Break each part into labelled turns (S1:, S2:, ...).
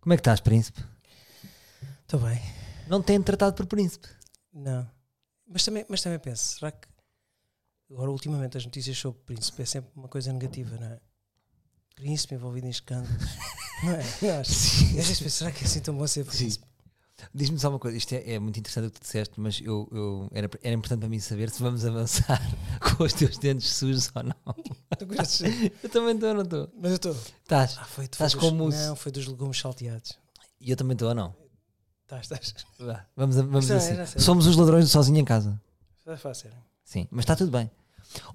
S1: Como é que estás, príncipe?
S2: Estou bem.
S1: Não têm tratado por príncipe.
S2: Não. Mas também, mas também penso, será que agora ultimamente as notícias sobre o príncipe é sempre uma coisa negativa, não é? Príncipe envolvido em escândalos. não é? Não, às às vezes penso, será que é assim tão bom ser príncipe?
S1: Diz-me só uma coisa, isto é, é muito interessante o que tu disseste, mas eu, eu- era, era importante para mim saber se vamos avançar com os teus dentes sujos ou não.
S2: Tu gostas?
S1: Eu também estou, não estou.
S2: mas eu estou.
S1: Estás?
S2: Ah, foi, tu
S1: Estás
S2: foi
S1: com
S2: dos,
S1: mousse.
S2: Não, foi dos legumes salteados.
S1: E eu também estou ou não?
S2: Estás, estás.
S1: Vá, Vamos, a- vamos
S2: Não,
S1: assim.
S2: era sério.
S1: Somos os ladrões do sozinho em casa.
S2: Estás a falar sério.
S1: Sim, mas está tudo bem.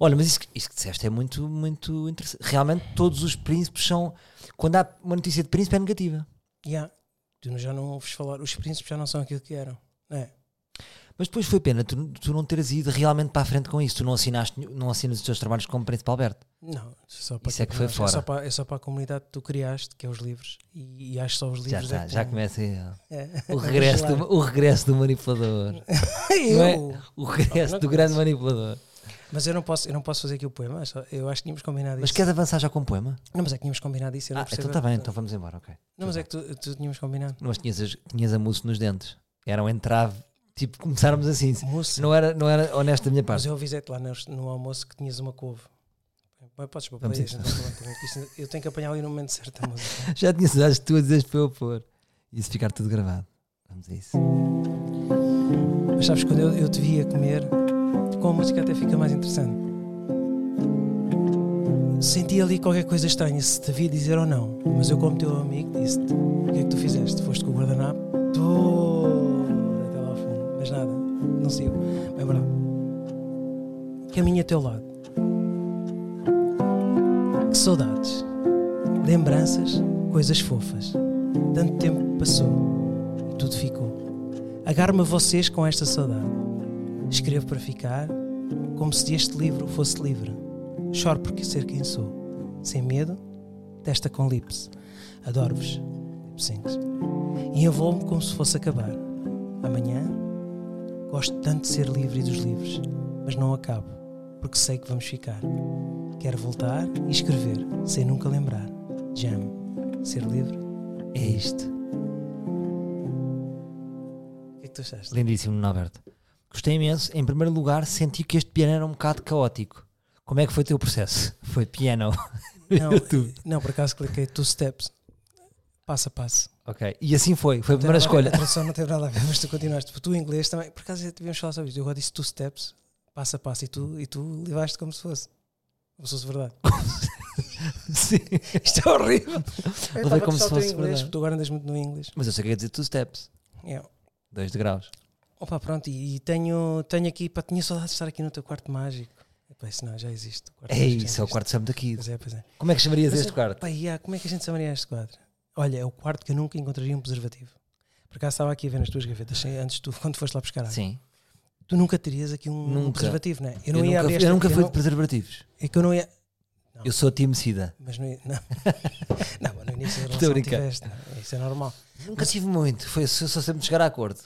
S1: Olha, mas isso, que- isso que disseste é muito, muito interessante. Realmente, todos os príncipes são. Quando há uma notícia de príncipe, é negativa.
S2: Yeah. Tu já não ouves falar, os príncipes já não são aquilo que eram. não É.
S1: Mas depois foi pena tu, tu não teres ido realmente para a frente com isso. Tu não, assinaste, não assinas os teus trabalhos como Príncipe Alberto.
S2: Não, só para
S1: Isso é
S2: ti,
S1: que foi
S2: não,
S1: fora.
S2: É só, para, é só para a comunidade que tu criaste, que é os livros, e, e acho só os
S1: Já
S2: livros. é
S1: está,
S2: que
S1: já
S2: têm-
S1: começa a-
S2: É.
S1: o regresso, do, o regresso do manipulador. Não é?
S2: Eu!
S1: O regresso
S2: Não
S1: do grande manipulador.
S2: Mas eu não posso, eu não posso fazer aqui o poema. é só- Eu acho que tínhamos combinado
S1: Mas
S2: isso.
S1: queres avançar já com o poema?
S2: Não, mas é que tínhamos combinado isso. Eu
S1: Ah,
S2: não
S1: então
S2: percebo.
S1: está bem, então vamos embora, ok.
S2: Não, mas é que tu, tu tínhamos combinado.
S1: Mas tinhas, as- tinhas a mousse nos dentes. Era um entrave. Tipo, começarmos assim.
S2: Moço,
S1: Não era, não era honesto da minha
S2: mas
S1: parte.
S2: eu avisei-te lá no, no almoço que tinhas uma couve. Bem, Podes pôr para
S1: Vamos
S2: aí,
S1: isso.
S2: não tem problema com isso. Eu tenho que apanhar ali no momento certo a música.
S1: Já tinha cidades tu a dizeres para eu pôr. E isso ficar tudo gravado. Vamos a isso.
S2: Mas sabes, quando eu, eu te via comer, com a música até fica mais interessante. Senti ali qualquer coisa estranha, se te vi dizer ou não. Mas eu, como teu amigo, disse-te: O que é que tu fizeste? Foste com o guardanapo? Tô. Até lá ao fundo. Mas nada, não sigo. Bem, bora. lá. Caminho a teu lado. Que saudades. Lembranças, coisas fofas. Tanto tempo que passou e tudo ficou. Agarro-me a vocês com esta saudade. Escrevo para ficar, como se este livro fosse livre. Choro porque ser quem sou. Sem medo, testa com lips. Adoro-vos. Lip syncs. E envolvo-me como se fosse acabar. Amanhã, gosto tanto de ser livre e dos livros, mas não acabo, porque sei que vamos ficar. Quero voltar e escrever, sem nunca lembrar. Jam. Ser livre.
S1: É isto.
S2: O que é que tu achaste?
S1: Lindíssimo, Nuno Alberto. Gostei imenso. Em primeiro lugar, senti que este piano era um bocado caótico. Como é que foi o teu processo? Foi piano.
S2: Não,
S1: YouTube.
S2: Não, por acaso cliquei two steps. Passo a passo.
S1: Ok. E assim foi. Foi a primeira
S2: Não tem nada a ver,
S1: escolha.
S2: A tradução não teve nada a ver, mas tu continuaste. Tipo, Tu em inglês também. Por acaso devíamos falar sobre isto. Eu agora disse two steps, passo a passo, e tu, e tu levaste como se fosse. Como se fosse verdade.
S1: Sim.
S2: Isto é horrível. Eu
S1: Levei
S2: estava a
S1: como se
S2: gostar do teu
S1: fosse
S2: inglês,
S1: verdade.
S2: porque tu agora andas muito no inglês.
S1: Mas eu sei que ia dizer two steps.
S2: É.
S1: Dois degraus.
S2: Opa, pronto, e, e tenho, tenho aqui, pá, tinha saudade de estar aqui no teu quarto mágico. Epá, isso não, já existe. O quarto
S1: É
S2: mágico
S1: isso,
S2: já
S1: é o
S2: existe.
S1: quarto Sam daqui.
S2: Pois é, pois é.
S1: Como é que chamarias
S2: Mas
S1: este
S2: é-
S1: quarto?
S2: Pá, e há- como é que a gente chamaria este quadro? Olha, é o quarto que eu nunca encontraria um preservativo. Por acaso estava aqui a ver nas tuas gavetas, sem- antes tu, quando foste lá buscar água.
S1: Sim.
S2: Tu nunca terias aqui um
S1: Nunca.
S2: preservativo, não é?
S1: Eu, nunca, eu nunca fui de preservativos.
S2: não, é que eu não ia. Não.
S1: Eu sou time SIDA.
S2: Mas não ia. Não, não mas no início da
S1: Estou a
S2: relação
S1: brincar.
S2: tiveste. não, Isso é normal.
S1: Nunca tive muito. Foi só só sempre de chegar a acordo.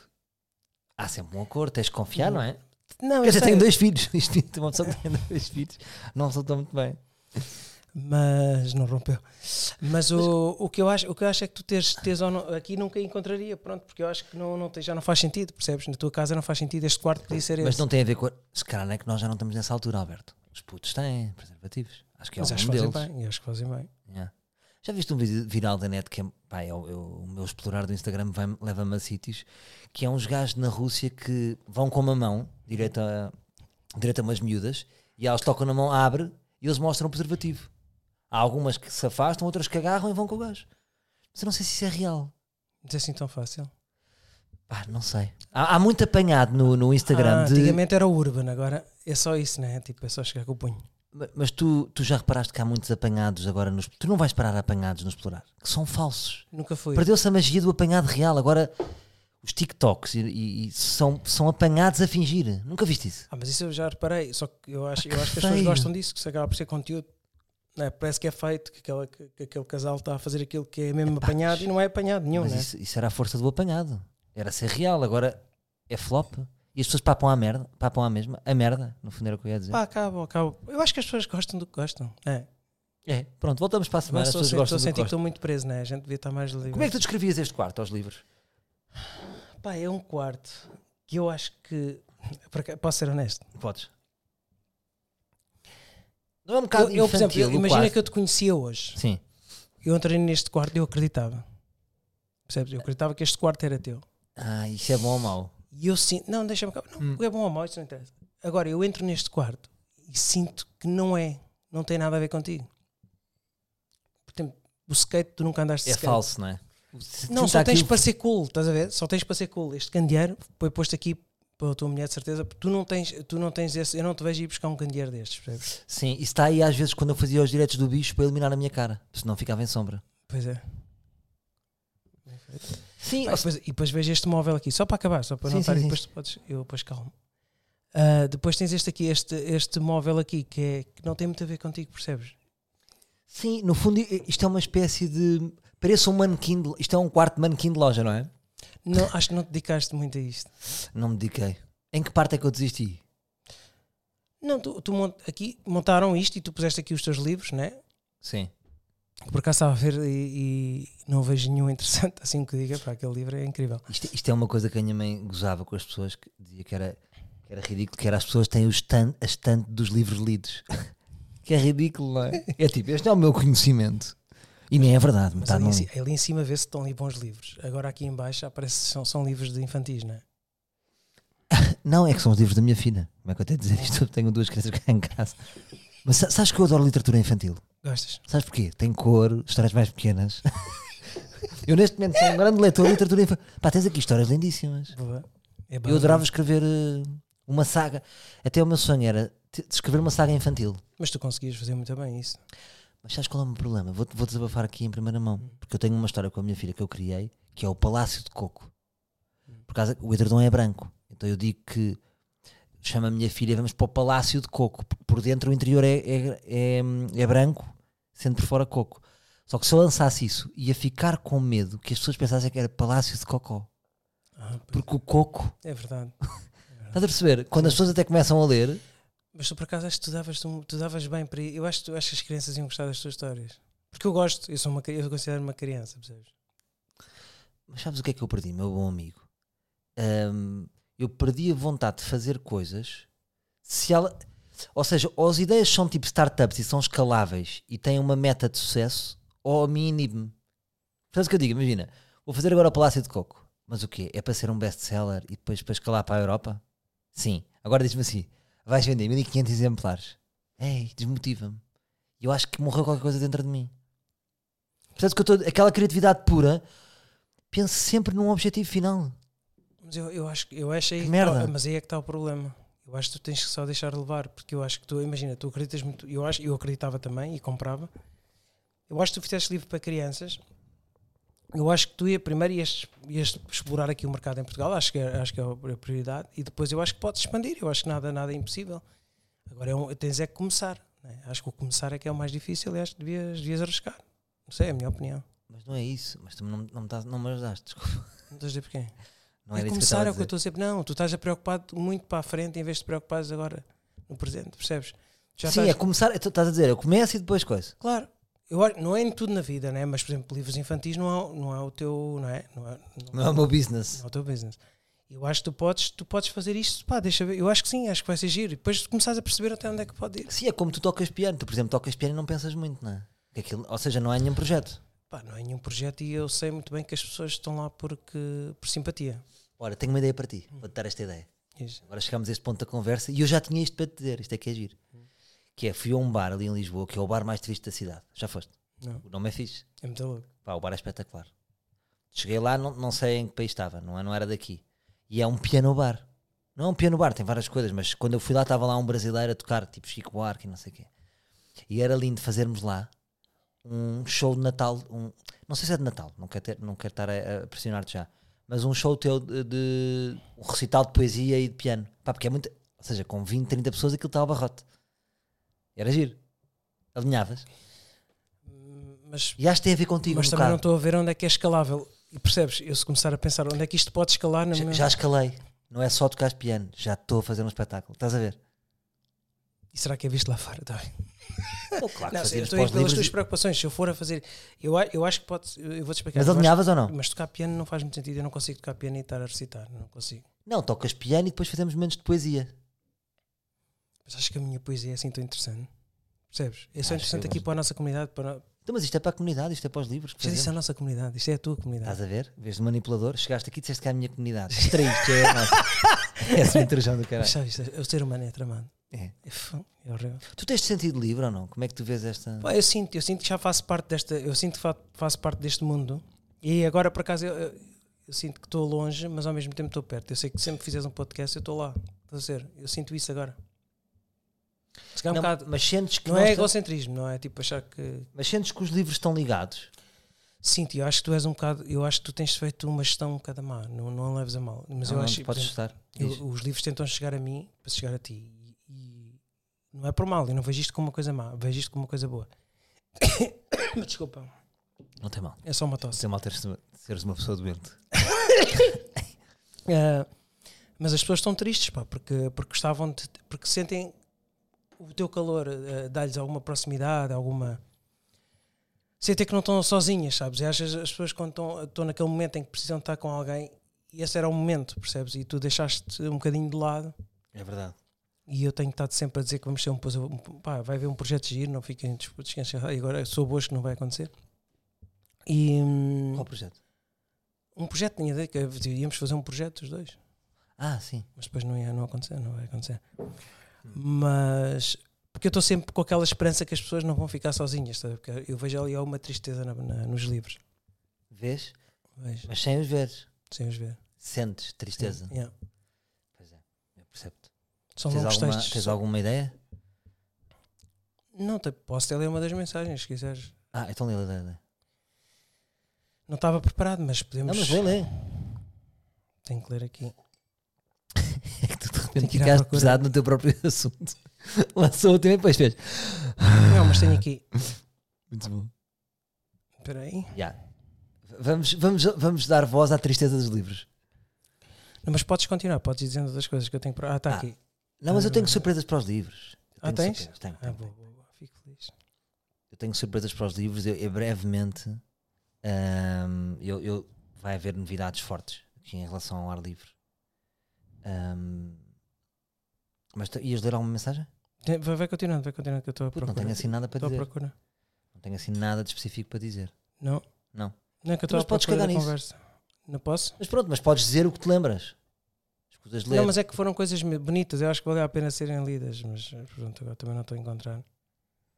S1: Há sempre um acordo, tens de confiar, não é?
S2: Não,
S1: Eu
S2: eu
S1: já
S2: sei,
S1: tenho dois filhos. Isto, é uma pessoa tem dois filhos. Não se está muito bem.
S2: Mas não rompeu. Mas o, o, que eu acho, o que eu acho é que tu teres, teres ou não- aqui nunca encontraria, pronto, porque eu acho que não, não tem- já não faz sentido, percebes? Na tua casa não faz sentido, este quarto podia ser
S1: Mas
S2: esse.
S1: não tem a ver com. a- Se calhar não é que nós já não estamos nessa altura, Alberto. Os putos têm preservativos. Acho que é
S2: Mas
S1: um
S2: acho que
S1: deles.
S2: fazem bem, eu acho que fazem bem.
S1: Yeah. Já viste um vídeo viral da net que é, pá, é o, eu- o meu explorar do Instagram vai- leva-me a sítios que é uns gajos na Rússia que vão com uma mão direto a, direto a umas miúdas e elas tocam na mão, abre e eles mostram o preservativo. Há algumas que se afastam, outras que agarram e vão com o gajo. Mas eu não sei se isso é real.
S2: Mas é assim tão fácil.
S1: Pá, não sei. Há, há muito apanhado no, no Instagram
S2: Ah,
S1: de-
S2: Antigamente era o Urban, agora é só isso, né? Tipo, é só chegar com o punho.
S1: Ma- Mas tu, tu já reparaste que há muitos apanhados agora nos. Tu não vais parar apanhados no explorar, que são falsos.
S2: Nunca fui.
S1: Perdeu-se a magia do apanhado real. Agora os TikToks e, e- e são, são apanhados a fingir. Nunca viste isso?
S2: Ah, mas isso eu já reparei, só que eu acho, eu acho Ah, que as
S1: feio.
S2: pessoas gostam disso, que isso acaba por ser conteúdo. Não é? Parece que é feito, que, aquela, que, que aquele casal está a fazer aquilo que é mesmo apanhado e não é apanhado nenhum,
S1: Mas
S2: né?
S1: isso, isso era a força do apanhado. Era ser real. Agora é flop. E as pessoas papam à merda. Papam à mesma. A merda. No fundo era o que eu ia dizer.
S2: Pá, acaba, acaba. Eu acho que as pessoas gostam do que gostam. É.
S1: É, pronto, voltamos para a semana.
S2: Mas
S1: As
S2: assim, estou a
S1: pessoas
S2: sen- estou
S1: gostam
S2: a
S1: do Costa.
S2: sentir que estou muito preso, né? A gente devia estar mais livre.
S1: Como é que tu descrevias este quarto aos livros?
S2: Pá, é um quarto que eu acho que. por acaso, Posso ser honesto?
S1: Podes. Não é um bocado
S2: eu, eu, por
S1: infantil
S2: exemplo, eu-
S1: o
S2: imagina
S1: quarto?
S2: que eu te conhecia hoje.
S1: Sim.
S2: Eu entrei neste quarto e eu acreditava. Percebes? Eu acreditava que este quarto era teu.
S1: Ah, isso é bom ou mau?
S2: E eu sinto. Não, deixa-me cá. Não,
S1: Hum.
S2: é bom ou mau, isso não interessa. Agora, eu entro neste quarto e sinto que não é. Não tem nada a ver contigo. Portanto, o skate, tu nunca andaste de
S1: É
S2: skate.
S1: falso, não é?
S2: Não,
S1: Sinto tá
S2: só tens
S1: aquilo-
S2: para ser cool, estás a ver? Só tens para ser cool. Este candeeiro foi posto aqui pela tua mulher, de certeza, porque tu não tens, tu não tens esse. Eu não te vejo ir buscar um candeeiro destes, percebes?
S1: Sim, isso está aí às vezes quando eu fazia os diretos do bicho para eliminar a minha cara, senão ficava em sombra.
S2: Pois é.
S1: Sim,
S2: Ah, depois- e depois vejo este móvel aqui, só para acabar, só para
S1: Sim,
S2: não estar.
S1: sim,
S2: e
S1: sim.
S2: Depois, tu podes, eu depois calmo. Ah, depois tens este aqui, este, este móvel aqui, que, é, que não tem muito a ver contigo, percebes?
S1: sim, no fundo i- isto é uma espécie de. Parece um manequim. De, isto é um quarto de manequim de loja, não é?
S2: Não, acho que não te dedicaste muito a isto.
S1: Não me dediquei. Em que parte é que eu desisti?
S2: Não, tu, tu mont- aqui montaram isto e tu puseste aqui os teus livros, né?
S1: Sim.
S2: Por acaso estava a ver e, e não vejo nenhum interessante, assim que diga, para aquele livro é incrível.
S1: Isto, isto é uma coisa que a minha mãe gozava com as pessoas que dizia que era, que era ridículo, que era as pessoas têm o stand, a estante dos livros lidos. que é ridículo, não é? É tipo, este é o meu conhecimento. E nem é verdade,
S2: Mas
S1: metade
S2: ali,
S1: não
S2: em,
S1: li.
S2: ci- ali em cima vê-se que estão ali bons livros. Agora aqui em baixo já parece que são, são livros de infantis, não é?
S1: Não, é que são os livros da minha filha. Como é que eu tenho a dizer isto? Eu tenho duas crianças cá em casa. Mas sa- sabes que eu adoro literatura infantil?
S2: Gostas?
S1: Sabes porquê? Tem cor, histórias mais pequenas. eu neste momento sou um grande leitor de literatura infantil. Pá, tens aqui histórias lindíssimas.
S2: Boa. É bom.
S1: Eu adorava escrever eh, uma saga. Até o meu sonho era te- de escrever uma saga infantil.
S2: Mas tu conseguias fazer muito bem isso.
S1: Mas sabes qual é o meu problema? Vou, vou desabafar aqui em primeira mão. Porque eu tenho uma história com a minha filha que eu criei, que é o Palácio de Coco. Por causa o edredom é branco. Então eu digo que chama a minha filha, vamos para o Palácio de Coco. porque Por dentro o interior é, é, é, é branco, sendo por fora coco. Só que se eu lançasse isso, ia ficar com medo que as pessoas pensassem que era Palácio de Cocó.
S2: Ah, pois.
S1: Porque o coco.
S2: É verdade.
S1: Estás a perceber? Quando as pessoas até começam a ler,
S2: Mas tu por acaso acho que tu davas, um, tu, tu davas bem para Eu acho, que tu- acho que as crianças iam gostar das tuas histórias. Porque eu gosto, eu, sou uma, cri- eu considero-me uma criança, percebes?
S1: Mas sabes o que é que eu perdi, meu bom amigo? Ahm, eu perdi a vontade de fazer coisas se ela. Ou seja, ou as ideias são tipo startups e são escaláveis e têm uma meta de sucesso, ou a mim inibe-me. Sabes o que eu digo? Imagina, vou fazer agora o Palácio de Coco. Mas o quê? É para ser um best-seller e depois para escalar para a Europa? Sim. Agora diz-me assim: vais vender 1500 exemplares. Ei, desmotiva-me. Eu acho que morreu qualquer coisa dentro de mim. Portanto, que eu estou. Aquela criatividade pura pense sempre num objetivo final.
S2: Mas eu, eu acho que- eu acho aí
S1: Que
S2: que
S1: merda.
S2: tá- mas aí é que está o problema. Eu acho que tu tens que só deixar levar, porque eu acho que tu, imagina, tu acreditas muito, eu acho, eu acreditava também e comprava. Eu acho que tu fizeste livro para crianças. Eu acho que tu ia primeiro ias, ias explorar aqui o mercado em Portugal, acho que, é- acho que é a prioridade, e depois eu acho que podes expandir, eu acho que nada, nada é impossível. Agora é um- tens é que começar. né? Acho que o começar é que é o mais difícil e acho que devias, devias arriscar. Não sei, é a minha opinião.
S1: Mas não é isso. Mas tu não, não, me, estás- não me ajudaste, desculpa.
S2: Não estás a dizer porquê.
S1: Não
S2: e
S1: era isso que eu
S2: começar
S1: estava
S2: é
S1: a
S2: o que
S1: dizer.
S2: eu estou sempre. Não, tu estás a preocupado muito para a frente em vez de te preocupares agora no presente, percebes? Já
S1: Sim, é
S2: estás-
S1: começar. tu Estás a dizer, eu começo e depois coisa.
S2: claro. Eu acho- não é em tudo na vida, né? mas por exemplo, livros infantis não é, não é o teu. Não é, não é, não-
S1: Não é o meu business.
S2: não é o teu business. Eu acho que tu podes, tu podes fazer isto, pá, deixa ver. Eu acho que sim, acho que vai ser giro. E depois começares a perceber até onde é que pode ir.
S1: Sim, é como tu tocas piano. Tu, por exemplo, tocas piano e não pensas muito, não é? Que aquilo- ou seja, não há nenhum projeto.
S2: Pá, não é nenhum projeto e eu sei muito bem que as pessoas estão lá porque, por simpatia.
S1: Ora, tenho uma ideia para ti. Vou-te dar esta ideia.
S2: Isso.
S1: Agora chegamos a este ponto da conversa e eu já tinha isto para te dizer. Isto é que é giro. Que é, fui a um bar ali em Lisboa, que é o bar mais triste da cidade. Já foste.
S2: Não,
S1: O nome é fixe.
S2: é muito louco.
S1: Pá, o bar é espetacular. Cheguei lá, não, não sei em que país estava, não, é- não era daqui. E é um piano bar. Não é um piano bar, tem várias coisas, mas quando eu fui lá estava lá um brasileiro a tocar, tipo Chico Buarque e não sei o quê. E era lindo fazermos lá um show de Natal, um, não sei se é de Natal, não quero, ter- não quero estar a, a pressionar-te já, mas um show teu de, de- um recital de poesia e de piano. Pá, porque é muito, ou seja, com 20, 30 pessoas aquilo estava barrote. Era giro. Alinhavas.
S2: Mas
S1: E acho que tem a ver contigo
S2: mas
S1: um
S2: também não
S1: bocado.
S2: estou a ver onde é que é escalável. E percebes? Eu se começar a pensar onde é que isto pode escalar na
S1: Já,
S2: minha...
S1: já escalei. Não é só tocar piano, já estou a fazer um espetáculo. Estás a ver?
S2: E será que é visto lá fora também?
S1: Pô, claro, que
S2: Não, sim, eu
S1: fazíamos
S2: estou a
S1: para os
S2: ir pelas tuas
S1: livros e-
S2: preocupações. Se eu for a fazer. Eu, a- eu acho que pode. Eu vou te explicar.
S1: Mas
S2: Eu
S1: alinhavas ou não?
S2: gosto- Mas tocar piano não faz muito sentido. Eu não consigo tocar piano e estar a recitar. Não consigo.
S1: Não, tocas piano e depois fazemos menos de poesia.
S2: Mas acho que a minha poesia é assim tão interessante. Percebes? É
S1: Acho
S2: só interessante
S1: que
S2: aqui
S1: eu-
S2: para a nossa comunidade. Para... no-
S1: Então, mas isto é para a comunidade, isto é para os livros. que
S2: Já disse a
S1: fazemos.
S2: nossa comunidade. Isto é a tua comunidade.
S1: Estás a ver? Vês de manipulador, chegaste aqui e disseste que é a minha comunidade. Distraíste, já é a nossa. Essa é a intrusão do
S2: Mas
S1: caralho.
S2: sabes, o ser humano é tramado.
S1: É.
S2: É, f- é horrível.
S1: Tu tens sentido livre ou não? Como é que tu vês esta.
S2: Pá, eu sinto, eu sinto que já faço parte desta, eu sinto que fa- faço parte deste mundo. E agora por acaso eu, eu- eu sinto que estou longe, mas ao mesmo tempo estou perto. Eu sei que sempre que fizeres um podcast, eu estou lá. Estás a ser? Eu sinto isso agora. Se calhar um
S1: Não,
S2: bocado-
S1: mas, sentes que
S2: não
S1: nós
S2: é
S1: ta-
S2: egocentrismo, não é tipo achar que
S1: mas sentes que os livros estão ligados?
S2: sinto, eu acho que tu és um bocado, eu acho que tu tens feito uma gestão um bocado a má, não, não a leves a mal, mas
S1: Não,
S2: eu
S1: não
S2: acho
S1: te
S2: que
S1: podes assustar.
S2: Eu-
S1: Diz.
S2: os livros tentam chegar a mim para chegar a ti. E, e não é por mal, eu não vejo isto como uma coisa má, vejo isto como uma coisa boa. Desculpa,
S1: Não tem mal.
S2: é só uma tosse.
S1: Sem mal teres- seres uma pessoa doente.
S2: Ah, mas as pessoas estão tristes, pá, porque, porque gostavam de, porque sentem o teu calor, ah, dá-lhes alguma proximidade, alguma. Sentem que não estão sozinhas, sabes? E às vezes as pessoas quando estão, estão naquele momento em que precisam estar com alguém, e esse era o momento, percebes? E tu deixaste um bocadinho de lado
S1: É verdade.
S2: E eu tenho estado sempre a dizer que vamos ter um, um pá, vai haver um projeto de giro, não fiquem des- descansados. Ai, Agora sou boas que não vai acontecer. E hum,
S1: Qual projeto?
S2: um projeto tinha ideia que íamos fazer um projeto os dois,
S1: Ah, sim.
S2: mas depois não ia não acontecer, não vai acontecer.
S1: Hum.
S2: Mas porque eu estou sempre com aquela esperança que as pessoas não vão ficar sozinhas, sabe? Porque eu vejo ali alguma tristeza na- na- nos livros.
S1: Vês?
S2: Vejo,
S1: Mas sem os veres.
S2: sem os ver.
S1: Sentes tristeza.
S2: Sim, Então yeah.
S1: Pois é. Eu percebo-te.
S2: São
S1: Tens,
S2: longos
S1: alguma,
S2: textos.
S1: tens alguma ideia?
S2: Não, te- posso te ler uma das mensagens, se quiseres.
S1: Ah, então lê, lê, lê.
S2: Não estava preparado, mas podemos.
S1: Não, mas lê, lê.
S2: Tenho que ler aqui.
S1: É que tu de
S2: Tenho
S1: repente
S2: que ir à
S1: ficaste
S2: procura.
S1: pesado no teu próprio assunto. Lançou o tema e depois fez.
S2: Não, mas tenho aqui.
S1: Muito bom.
S2: Espera aí.
S1: Já. V- Vamos, vamos, vamos dar voz à tristeza dos livros.
S2: Não, mas podes continuar, podes ir dizendo outras coisas que eu tenho para. Ah, está
S1: Ah,
S2: aqui.
S1: Não, mas eu tenho surpresas para os livros. Eu
S2: é. Ah,
S1: tenho
S2: tens?
S1: surpresas, Tenho,
S2: Ah,
S1: tenho,
S2: boa,
S1: tenho.
S2: boa, boa. Fico feliz.
S1: Eu tenho surpresas para os livros. Eu, eu brevemente. ahm, eu, eu- vai haver novidades fortes aqui em relação ao ar livre. Ahm, mas tu- ias ler alguma mensagem?
S2: Tem- Vai, vai continuando, vai continuando que eu estou a
S1: Puto, não
S2: procurar.
S1: tenho assim nada para
S2: Estou à
S1: dizer.
S2: procura.
S1: Não tenho assim nada de específico para dizer.
S2: Não?
S1: Não.
S2: Não é que eu
S1: Então,
S2: estou
S1: mas
S2: à
S1: podes
S2: procura da
S1: cagar nisso.
S2: conversa. Não posso?
S1: Mas pronto, mas podes dizer o que te lembras. Escusas de ler.
S2: Não, mas é que foram coisas me- bonitas, eu acho que valeu a pena serem lidas, mas pronto, agora também não estou a encontrar.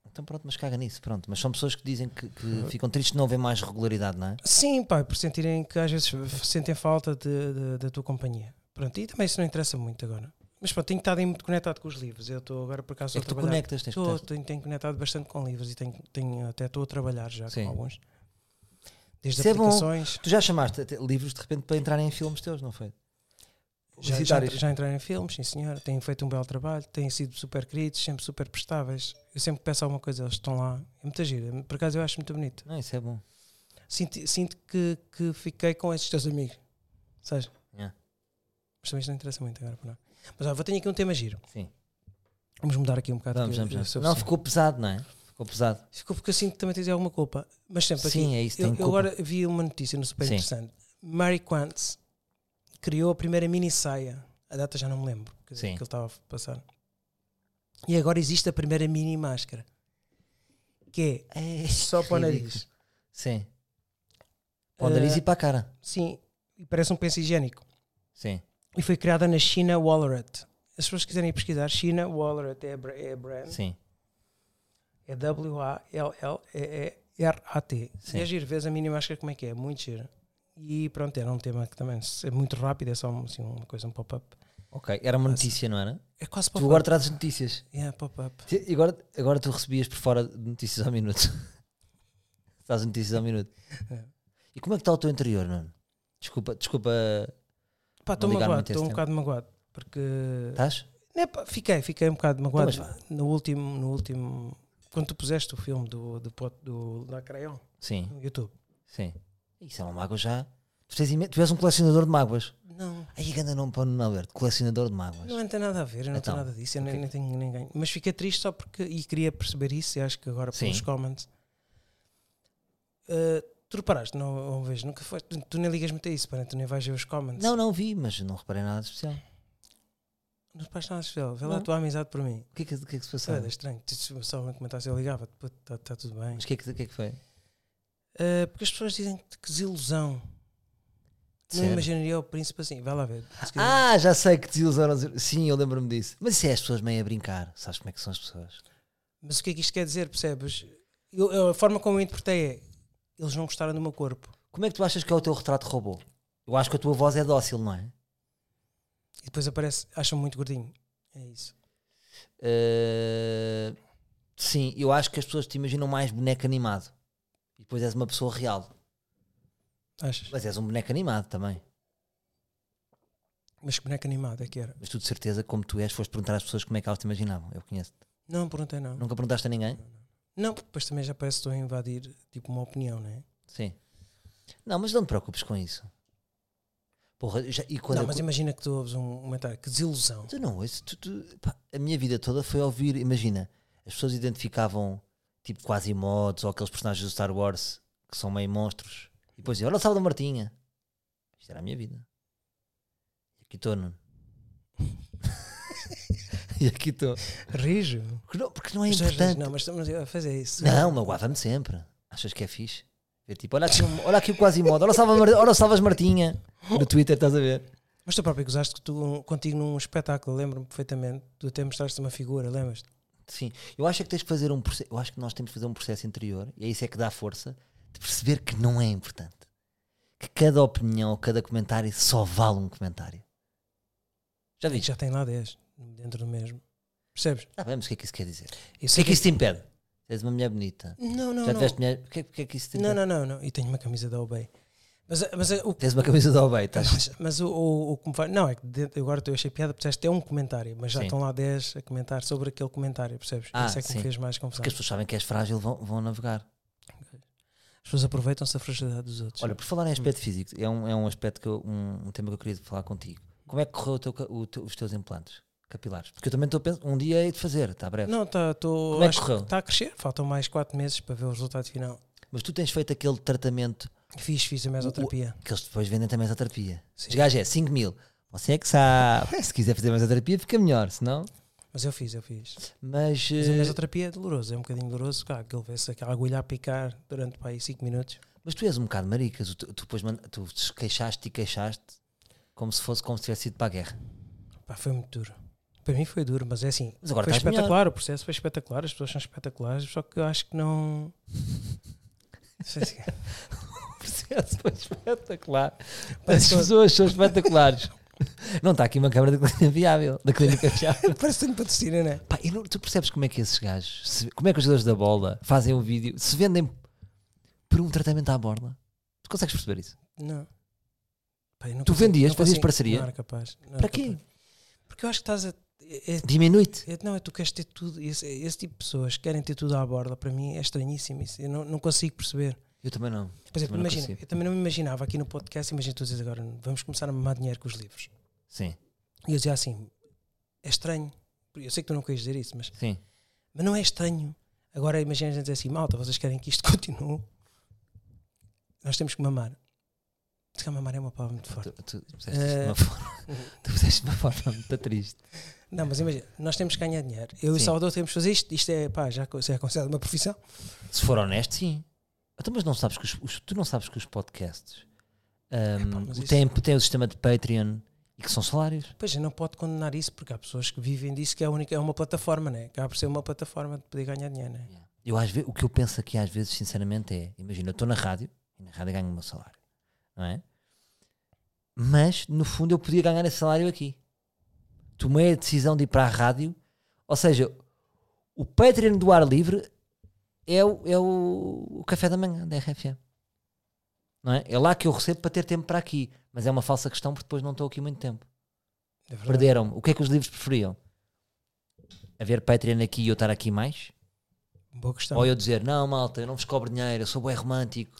S1: Então pronto, mas caga nisso, pronto. Mas são pessoas que dizem que,
S2: Uhum.
S1: que ficam tristes de não haver mais regularidade, não é?
S2: Sim, pá, por sentirem que às vezes f- sentem falta de- de- da tua companhia. Pronto, e também isso não interessa muito agora. Mas pronto, tenho estado aí muito conectado com os livros. Eu estou agora por acaso
S1: É
S2: a
S1: que tu
S2: trabalhar
S1: conectas, tens que
S2: Estou,
S1: estar-
S2: tenho, tenho conectado bastante com livros e tenho, tenho- até estou a trabalhar já
S1: Sim.
S2: com alguns. Desde
S1: Isso é bom.
S2: aplicações,
S1: Tu já chamaste até livros de repente para entrarem em filmes teus, não foi?
S2: já, já,
S1: Publicitários.
S2: já entrei em filmes, sim senhor, têm feito um belo trabalho, têm sido super queridos, sempre super prestáveis. Eu sempre que peço alguma coisa, eles estão lá. É muita gira, por acaso eu acho muito bonito.
S1: Não, isso é bom.
S2: Sinto, sinto que, que fiquei com esses teus amigos, sabes?
S1: Yeah.
S2: Mas também isto não interessa muito agora, por não. Mas ó, vou ter aqui um tema giro.
S1: Sim.
S2: Vamos mudar aqui um bocado.
S1: Vamos,
S2: que eu-
S1: vamos,
S2: eu
S1: vamos.
S2: sou
S1: Não,
S2: assim.
S1: ficou pesado, não é? Ficou pesado.
S2: Ficou porque eu sinto que também tens alguma culpa. Mas sempre aqui.
S1: Sim, é isso, tem
S2: Eu, eu
S1: culpa.
S2: agora vi uma notícia no super
S1: Sim.
S2: interessante. Mary Quant criou a primeira mini saia. A data já não me lembro que, que
S1: Sim.
S2: ele estava a passar. E agora existe a primeira mini máscara. Que
S1: É
S2: é só para o nariz.
S1: ridículo. Sim. Para o nariz
S2: Ah,
S1: e para a cara.
S2: Sim, e parece um penso higiênico.
S1: Sim.
S2: E foi criada na China Wallerat. As pessoas quiserem ir pesquisar, China Wallerat é a bra- é a brand.
S1: Sim.
S2: É W-A-L-L-E-R-A-T.
S1: Sim.
S2: E é giro, vês a mini máscara como é que é, muito giro. E pronto, era um tema que também é muito rápido, é só um- assim, uma coisa, um pop-up.
S1: Ok. Era uma notícia, não era?
S2: É quase
S1: Tu
S2: pop-up.
S1: agora trazes notícias.
S2: Yeah, pop-up.
S1: E Agora, agora tu recebias por fora notícias ao minuto. Traz notícias ao minuto.
S2: É.
S1: E como é que está o teu interior, Nuno? Desculpa, desculpa.
S2: Pá, estou
S1: ligar
S2: magoado,
S1: muito
S2: estou um
S1: esse
S2: bocado magoado. Porque.
S1: Estás?
S2: Não é pá, fiquei, fiquei um bocado magoado.
S1: Então,
S2: No último, no último. Quando tu puseste o filme do, do, pot- do, da Crayon
S1: Sim.
S2: no YouTube.
S1: Sim. Isso é uma mágoa já. Tu, tens imen- tu és um colecionador de mágoas.
S2: Não,
S1: Aí ganda nome para o Nuno Alberto, colecionador de mágoas.
S2: não é tem nada a ver, eu não
S1: Então,
S2: tenho nada disso, eu
S1: ok.
S2: nem, nem tenho ninguém. Mas fiquei triste só porque, e queria perceber isso, e acho que agora
S1: Sim.
S2: pelos comments. Ah, tu reparaste, não, uma vez, nunca foi, tu, tu nem ligas muito a isso, para tu nem vais ver os comments.
S1: Não, não vi, mas não reparei nada de especial.
S2: Não faz nada especial, vê lá a
S1: Não.
S2: tua amizade por mim.
S1: O que é que, o que, é que se passou?
S2: Sabe, é estranho, tu- se só me comentasse, eu ligava, está tá tudo bem.
S1: Mas o que, é que, o que é que foi?
S2: Ah, porque as pessoas dizem que desilusão. Não
S1: Sério?
S2: imaginaria o príncipe assim, vai lá ver. se quiser.
S1: Ah, já sei que desilusaram. Sim, eu lembro-me disso. Mas isso é as pessoas meio a brincar. Sabes como é que são as pessoas?
S2: Mas o que é que isto quer dizer, percebes? Eu- eu- a forma como eu interpretei é eles não gostaram do meu corpo.
S1: Como é que tu achas que é o teu retrato robô? Eu acho que a tua voz é dócil, não é?
S2: E depois aparece, acham muito gordinho. É isso.
S1: Eh, sim, eu acho que as pessoas te imaginam mais boneco animado. E depois és uma pessoa real.
S2: Achas?
S1: Mas és um boneco animado também.
S2: Mas que boneco animado é que era?
S1: Mas tu de certeza, como tu és, foste perguntar às pessoas como é que elas te imaginavam. Eu conheço-te.
S2: Não, perguntei não. não.
S1: Nunca perguntaste a ninguém?
S2: porque depois também já parece que estou a invadir tipo uma opinião, não é?
S1: Sim. Não, mas não te preocupes com isso. Porra, eu já- e quando é
S2: não,
S1: eu-
S2: mas imagina que tu ouves um um comentário, que desilusão.
S1: Tu Então, não, isso, tu, tu- pá, a minha vida toda foi ouvir, imagina, as pessoas identificavam tipo quase mods ou aqueles personagens do Star Wars que são meio monstros. E depois diziam, olha o Salvador Martinha. Isto era a minha vida. E aqui estou, Nuno. e aqui estou.
S2: Rijo.
S1: Porque não, porque não é
S2: Mas tu és rijo.
S1: importante.
S2: Não, é assim. mas estamos a fazer isso.
S1: Não, magoava-me sempre. Achas que é fixe? Ver tipo, olha aqui, um- olha aqui o Quasimodo, olha o Salva Mar- olha o Salvas Martinha. No Twitter, estás a ver?
S2: Mas tu próprio gozaste que tu, um, contigo num espetáculo, lembro-me perfeitamente. Tu até mostraste uma figura, lembras-te?
S1: Sim, eu acho é que tens que fazer um processo, eu acho que nós temos que fazer um processo interior, e é isso é que dá força, de perceber que não é importante. Que cada opinião ou cada comentário só vale um comentário. Já
S2: E
S1: vi?
S2: que já tem lá 10 dentro do mesmo. Percebes?
S1: Já vemos o que é que isso quer dizer. O
S2: Eu
S1: que
S2: sei
S1: é que isso te impede? És uma mulher bonita.
S2: Não, não,
S1: Já
S2: não.
S1: tiveste mulher. O que é, o que é que isso te impede?
S2: Não, não, não, não. E tenho uma camisa da Obey. Mas, mas eh, o
S1: Tens uma camisa da Obey, estás.
S2: mas, mas o, o, o que me faz. Não, é que dentro- agora eu achei piada, porque é um comentário, mas já
S1: Sim.
S2: estão lá 10 a comentar sobre aquele comentário, percebes?
S1: Ah,
S2: Isso é que
S1: sim.
S2: me fez mais confusão.
S1: Porque as pessoas sabem que és frágil, vão, vão navegar.
S2: As pessoas aproveitam-se da fragilidade dos outros.
S1: Olha, por falar em aspecto físico, é um, é um aspecto que eu, um, um tema que eu queria falar contigo. Como é que correu o teu ca- o teu- os teus implantes capilares? Porque eu também estou a pensar, um dia hei de fazer, está breve.
S2: não, está tô,
S1: Como é que
S2: acho que
S1: correu?
S2: está a crescer. Faltam mais 4 meses para ver o resultado final.
S1: Mas tu tens feito aquele tratamento
S2: Fiz, fiz a mesoterapia.
S1: que eles depois vendem também a terapia.
S2: Sim.
S1: Os gajos é 5 mil. Você é que sabe. Se quiser fazer mais a terapia, fica melhor, senão.
S2: Mas eu fiz, eu fiz.
S1: Mas.
S2: Mas a
S1: eh,
S2: mesoterapia é doloroso, é um bocadinho doloroso. Claro, aquilo vê-se aquela agulha a picar durante para aí 5 minutos.
S1: Mas tu és um bocado maricas. Tu, tu, depois manda- tu te queixaste e queixaste como se fosse como se tivesse ido para a guerra.
S2: Pá, foi muito duro. Para mim foi duro, mas é assim.
S1: Mas agora
S2: foi
S1: estás melhor.
S2: espetacular, o processo foi espetacular, as pessoas são espetaculares, só que eu acho que não. Não sei se-
S1: O processo foi é espetacular. As
S2: Parece que-
S1: pessoas são espetaculares. Não está aqui uma câmara da clínica viável. Da clínica viável.
S2: Parece que tenho patrocínio, não é?
S1: Pá, e não- tu percebes como é que esses gajos, se- como é que os jogadores da bola fazem um vídeo, se vendem por um tratamento à borla? Tu consegues perceber isso?
S2: Não. Pá, eu não
S1: Tu
S2: consigo-
S1: vendias?
S2: não
S1: Fazias
S2: consigo-
S1: parceria?
S2: Não era capaz. não era
S1: Para quê?
S2: capaz. Porque eu acho que estás a. é- é-
S1: Diminui-te.
S2: é- não, é tu queres ter tudo. Esse, esse tipo de pessoas que querem ter tudo à borda, para mim é estranhíssimo isso. Eu não, não consigo perceber.
S1: Eu também não.
S2: Por
S1: Também
S2: exemplo,
S1: não
S2: imagina,
S1: consigo.
S2: eu também não me imaginava aqui no podcast, imagina tu dizes agora, vamos começar a mamar dinheiro com os livros.
S1: Sim,
S2: E eu dizia assim: é estranho. Eu sei que tu não queres dizer isso, mas,
S1: sim.
S2: mas não é estranho. Agora imagina a gente dizer assim: malta, vocês querem que isto continue? Nós temos que mamar. Se calhar mamar é uma palavra muito forte.
S1: Tu, tu puseste isto de
S2: Eh,
S1: uma forma. Tu puseste de uma forma muito triste.
S2: Não, mas imagina, nós temos que ganhar dinheiro. Eu e o
S1: Sim.
S2: Salvador temos que fazer isto. Isto é, pá, já co- se é considerado uma profissão.
S1: Se for honesto, sim. Então, mas não sabes que os, os- tu não sabes que os podcasts ahm,
S2: Epá, mas
S1: o
S2: isso-
S1: tempo tem o sistema de Patreon e que são salários.
S2: Pois, eu não pode condenar isso, porque há pessoas que vivem disso, que é, a única, é uma plataforma, né? Cá por ser uma plataforma de poder ganhar dinheiro, né?
S1: Eu às vezes, o que eu penso aqui às vezes, sinceramente, é: imagina, eu estou na rádio e na rádio ganho o meu salário, não é? Mas no fundo eu podia ganhar esse salário aqui. Tomei a decisão de ir para a rádio, ou seja, o Patreon do ar livre é o, é o, o café da manhã da RFM. Não é? é lá que eu recebo para ter tempo para aqui, mas é uma falsa questão porque depois não estou aqui muito tempo.
S2: É verdade.
S1: Perderam-me. O que é que os livros preferiam? Haver Patreon aqui e eu estar aqui mais?
S2: Boa questão.
S1: Ou eu dizer, não, malta, eu não vos cobro dinheiro, eu sou bem romântico.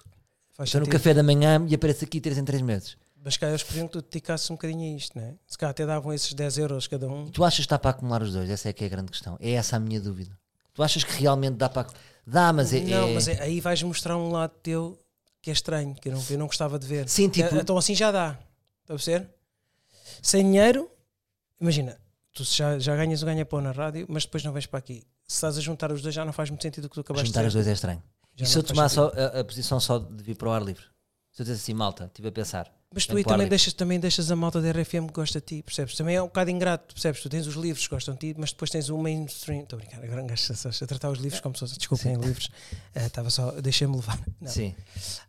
S2: Faz
S1: Estou no
S2: sentido.
S1: café da manhã e apareço aqui três em três meses.
S2: Mas cá eles pediam que tu te dedicasse um bocadinho a isto, não é? Se cá até davam esses 10 euros cada um.
S1: Tu achas que está para acumular os dois? Essa é que é a grande questão. É essa a minha dúvida. Tu achas que realmente dá para. ac- Dá, mas é.
S2: não,
S1: é-
S2: mas é- aí vais mostrar um lado teu que é estranho, que eu não, que eu não gostava de ver.
S1: Sim, tipo-
S2: É, Então assim já dá. Está a perceber? Sem dinheiro, imagina, tu já, já ganhas o ganha-pão na rádio, mas depois não vens para aqui. Se estás a juntar os dois, já não faz muito sentido o que tu acabaste
S1: Juntar
S2: de
S1: os
S2: dizer.
S1: dois é estranho.
S2: Já
S1: e se
S2: não
S1: eu
S2: faz
S1: tomar
S2: sentido.
S1: só a, a posição só de vir para o ar livre? Se eu dissesse assim, malta, estive a pensar.
S2: Mas tu
S1: Tem
S2: aí
S1: que parar
S2: também
S1: ali.
S2: deixas, também deixas a malta da RFM que gosta de ti, percebes? Também é um bocado ingrato, percebes? Tu tens os livros que gostam de ti, mas depois tens o mainstream. Estou a brincar, agora um gajo está a tratar os
S1: É.
S2: livros como se fosse. Desculpem, livros. Eh, Estava só. Deixei-me levar. Não.
S1: Sim.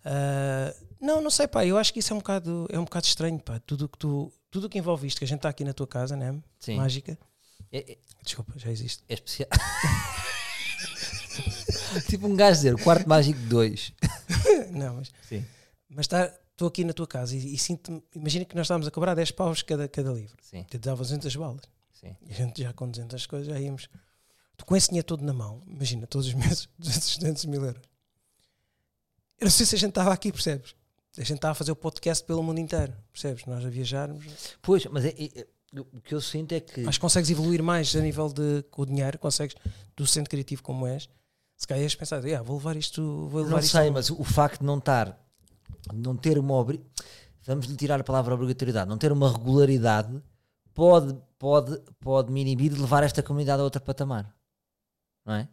S2: Ah, não, não sei, pá. Eu acho que isso é um bocado, é um bocado estranho, pá. Tudo o que tu. Tudo o que envolve isto, que a gente está aqui na tua casa, né?
S1: Sim.
S2: Mágica.
S1: É, é-
S2: Desculpa, já existe.
S1: é especial. tipo um gajo dizer, o quarto mágico 2.
S2: Não, mas.
S1: Sim.
S2: Mas tá, estou aqui na tua casa e, e sinto-me. Imagina que nós estávamos a cobrar 10 paus cada, cada livro.
S1: Sim,
S2: Te dava 200 balas.
S1: sim.
S2: E a gente já com 200 coisas, já íamos. Tu com esse dinheiro todo na mão, imagina, todos os meses, 200, 200 mil euros. Eu não sei se a gente estava aqui, percebes? A gente estava a fazer o podcast pelo mundo inteiro, percebes? Nós a viajarmos.
S1: Pois, mas é- é- é- o que eu sinto é que.
S2: Acho que consegues evoluir mais a nível de com o dinheiro, consegues, do sendo criativo como és, se calhar ias pensar, "Yeah, vou levar isto, vou levar
S1: Não
S2: isto.
S1: sei,
S2: a-
S1: mas o facto de não estar, de não ter uma obri... vamos lhe tirar a palavra obrigatoriedade, não ter uma regularidade pode, pode, pode me inibir de levar esta comunidade a outro patamar, não é?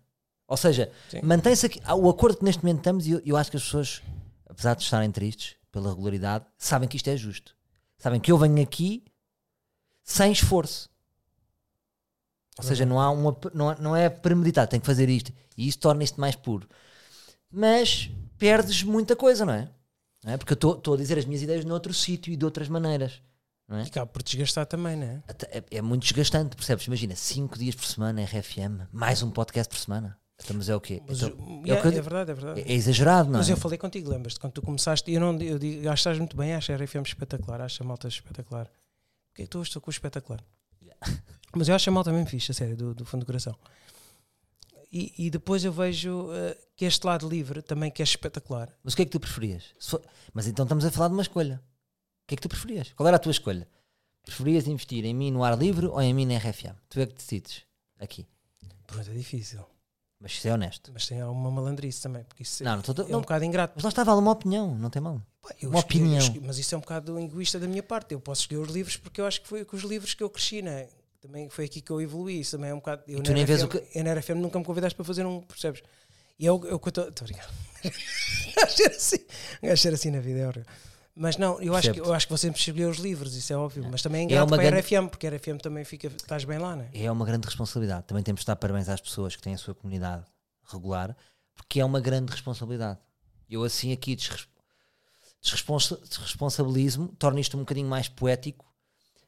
S1: Ou seja,
S2: Sim.
S1: mantém-se aqui há o acordo que neste momento estamos, e eu, eu acho que as pessoas, apesar de estarem tristes pela regularidade, sabem que isto é justo, sabem que eu venho aqui sem esforço. Ou
S2: Uhum.
S1: seja, não, há uma, não, é- não é premeditado, tem que fazer isto. E isso torna isto mais puro. Mas perdes muita coisa, não é? Não é? Porque eu estou a dizer as minhas ideias noutro sítio e de outras maneiras. Não é?
S2: E acaba por desgastar também, não é?
S1: Até- é- é muito desgastante, percebes? Imagina, 5 dias por semana, RFM, mais um podcast por semana. Estamos é o quê?
S2: Mas,
S1: Então,
S2: o-
S1: é, o que eu
S2: yeah, é
S1: digo.
S2: verdade, é verdade.
S1: É- é exagerado, não é?
S2: Mas eu falei contigo, lembras-te, quando tu começaste, e eu não eu digo, acho que estás muito bem, acho a RFM espetacular, acho a malta espetacular. Porque é que tu hoje estou com o espetacular? Mas eu acho a malta mesmo fixe, a sério, do, do fundo do coração. E, e depois eu vejo eh, que este lado livre também que é espetacular.
S1: Mas o que é que tu preferias? Se for- Mas então estamos a falar de uma escolha. O que é que tu preferias? Qual era a tua escolha? Preferias investir em mim no ar livre ou em mim na RFM? Tu é que decides. Aqui.
S2: Pronto, é difícil.
S1: Mas se é honesto.
S2: Mas tem alguma malandrice também, porque isso
S1: Não, não estou.
S2: é um bocado ingrato.
S1: Mas lá estava uma opinião, não tem mal.
S2: Pá, eu
S1: Uma
S2: escolhi- eu
S1: opinião.
S2: escolhi- mas isso é um bocado egoísta da minha parte. Eu posso escolher os livros porque eu acho que foi com os livros que eu cresci, né? Também foi aqui que eu evoluí. Isso também é um bocado. Eu
S1: tu
S2: na
S1: nem vês
S2: RFM Eu na RFM nunca me convidaste para fazer um, percebes? E é eu, eu, estou. Estou brincando. Gajo era assim. Gajo ser assim na vida, é horrível. Mas não, eu acho, que,
S1: Percebo-te.
S2: eu acho que você sempre escolheu os livros, isso é óbvio. Mas também é
S1: É
S2: ingrato
S1: uma
S2: para a
S1: grande-
S2: RFM, porque a RFM também fica. Estás bem lá, né?
S1: É uma grande responsabilidade. Também temos de dar parabéns às pessoas que têm a sua comunidade regular, porque é uma grande responsabilidade. Eu assim aqui desres- desresponsa- desresponsabilizo-me, torno isto um bocadinho mais poético,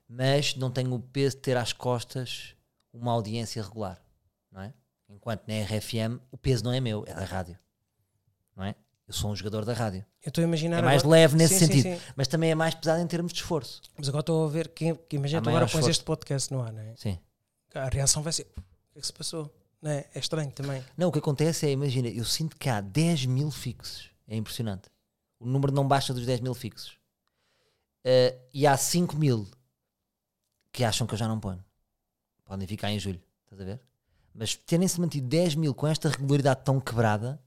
S1: mas não tenho o peso de ter às costas uma audiência regular, não é? Enquanto na RFM o peso não é meu, é da rádio, não é? Eu sou um jogador da rádio.
S2: Eu estou a imaginar.
S1: É mais
S2: agora-
S1: leve nesse
S2: Sim, sim,
S1: sentido,
S2: sim.
S1: mas também é mais pesado em termos de esforço.
S2: Mas agora estou a ver. Que, que imagina, tu
S1: Amanhã
S2: agora
S1: é
S2: pões
S1: esforço.
S2: este podcast no ar, né?
S1: Sim.
S2: a reação vai ser: o que é que se passou? Não é? é estranho também.
S1: Não, o que acontece é, imagina, eu sinto que há 10 mil fixos. É impressionante. O número não baixa dos 10 mil fixos. Eh, e há 5 mil que acham que eu já não ponho. Podem ficar em julho, estás a ver? Mas terem-se mantido 10 mil com esta regularidade tão quebrada,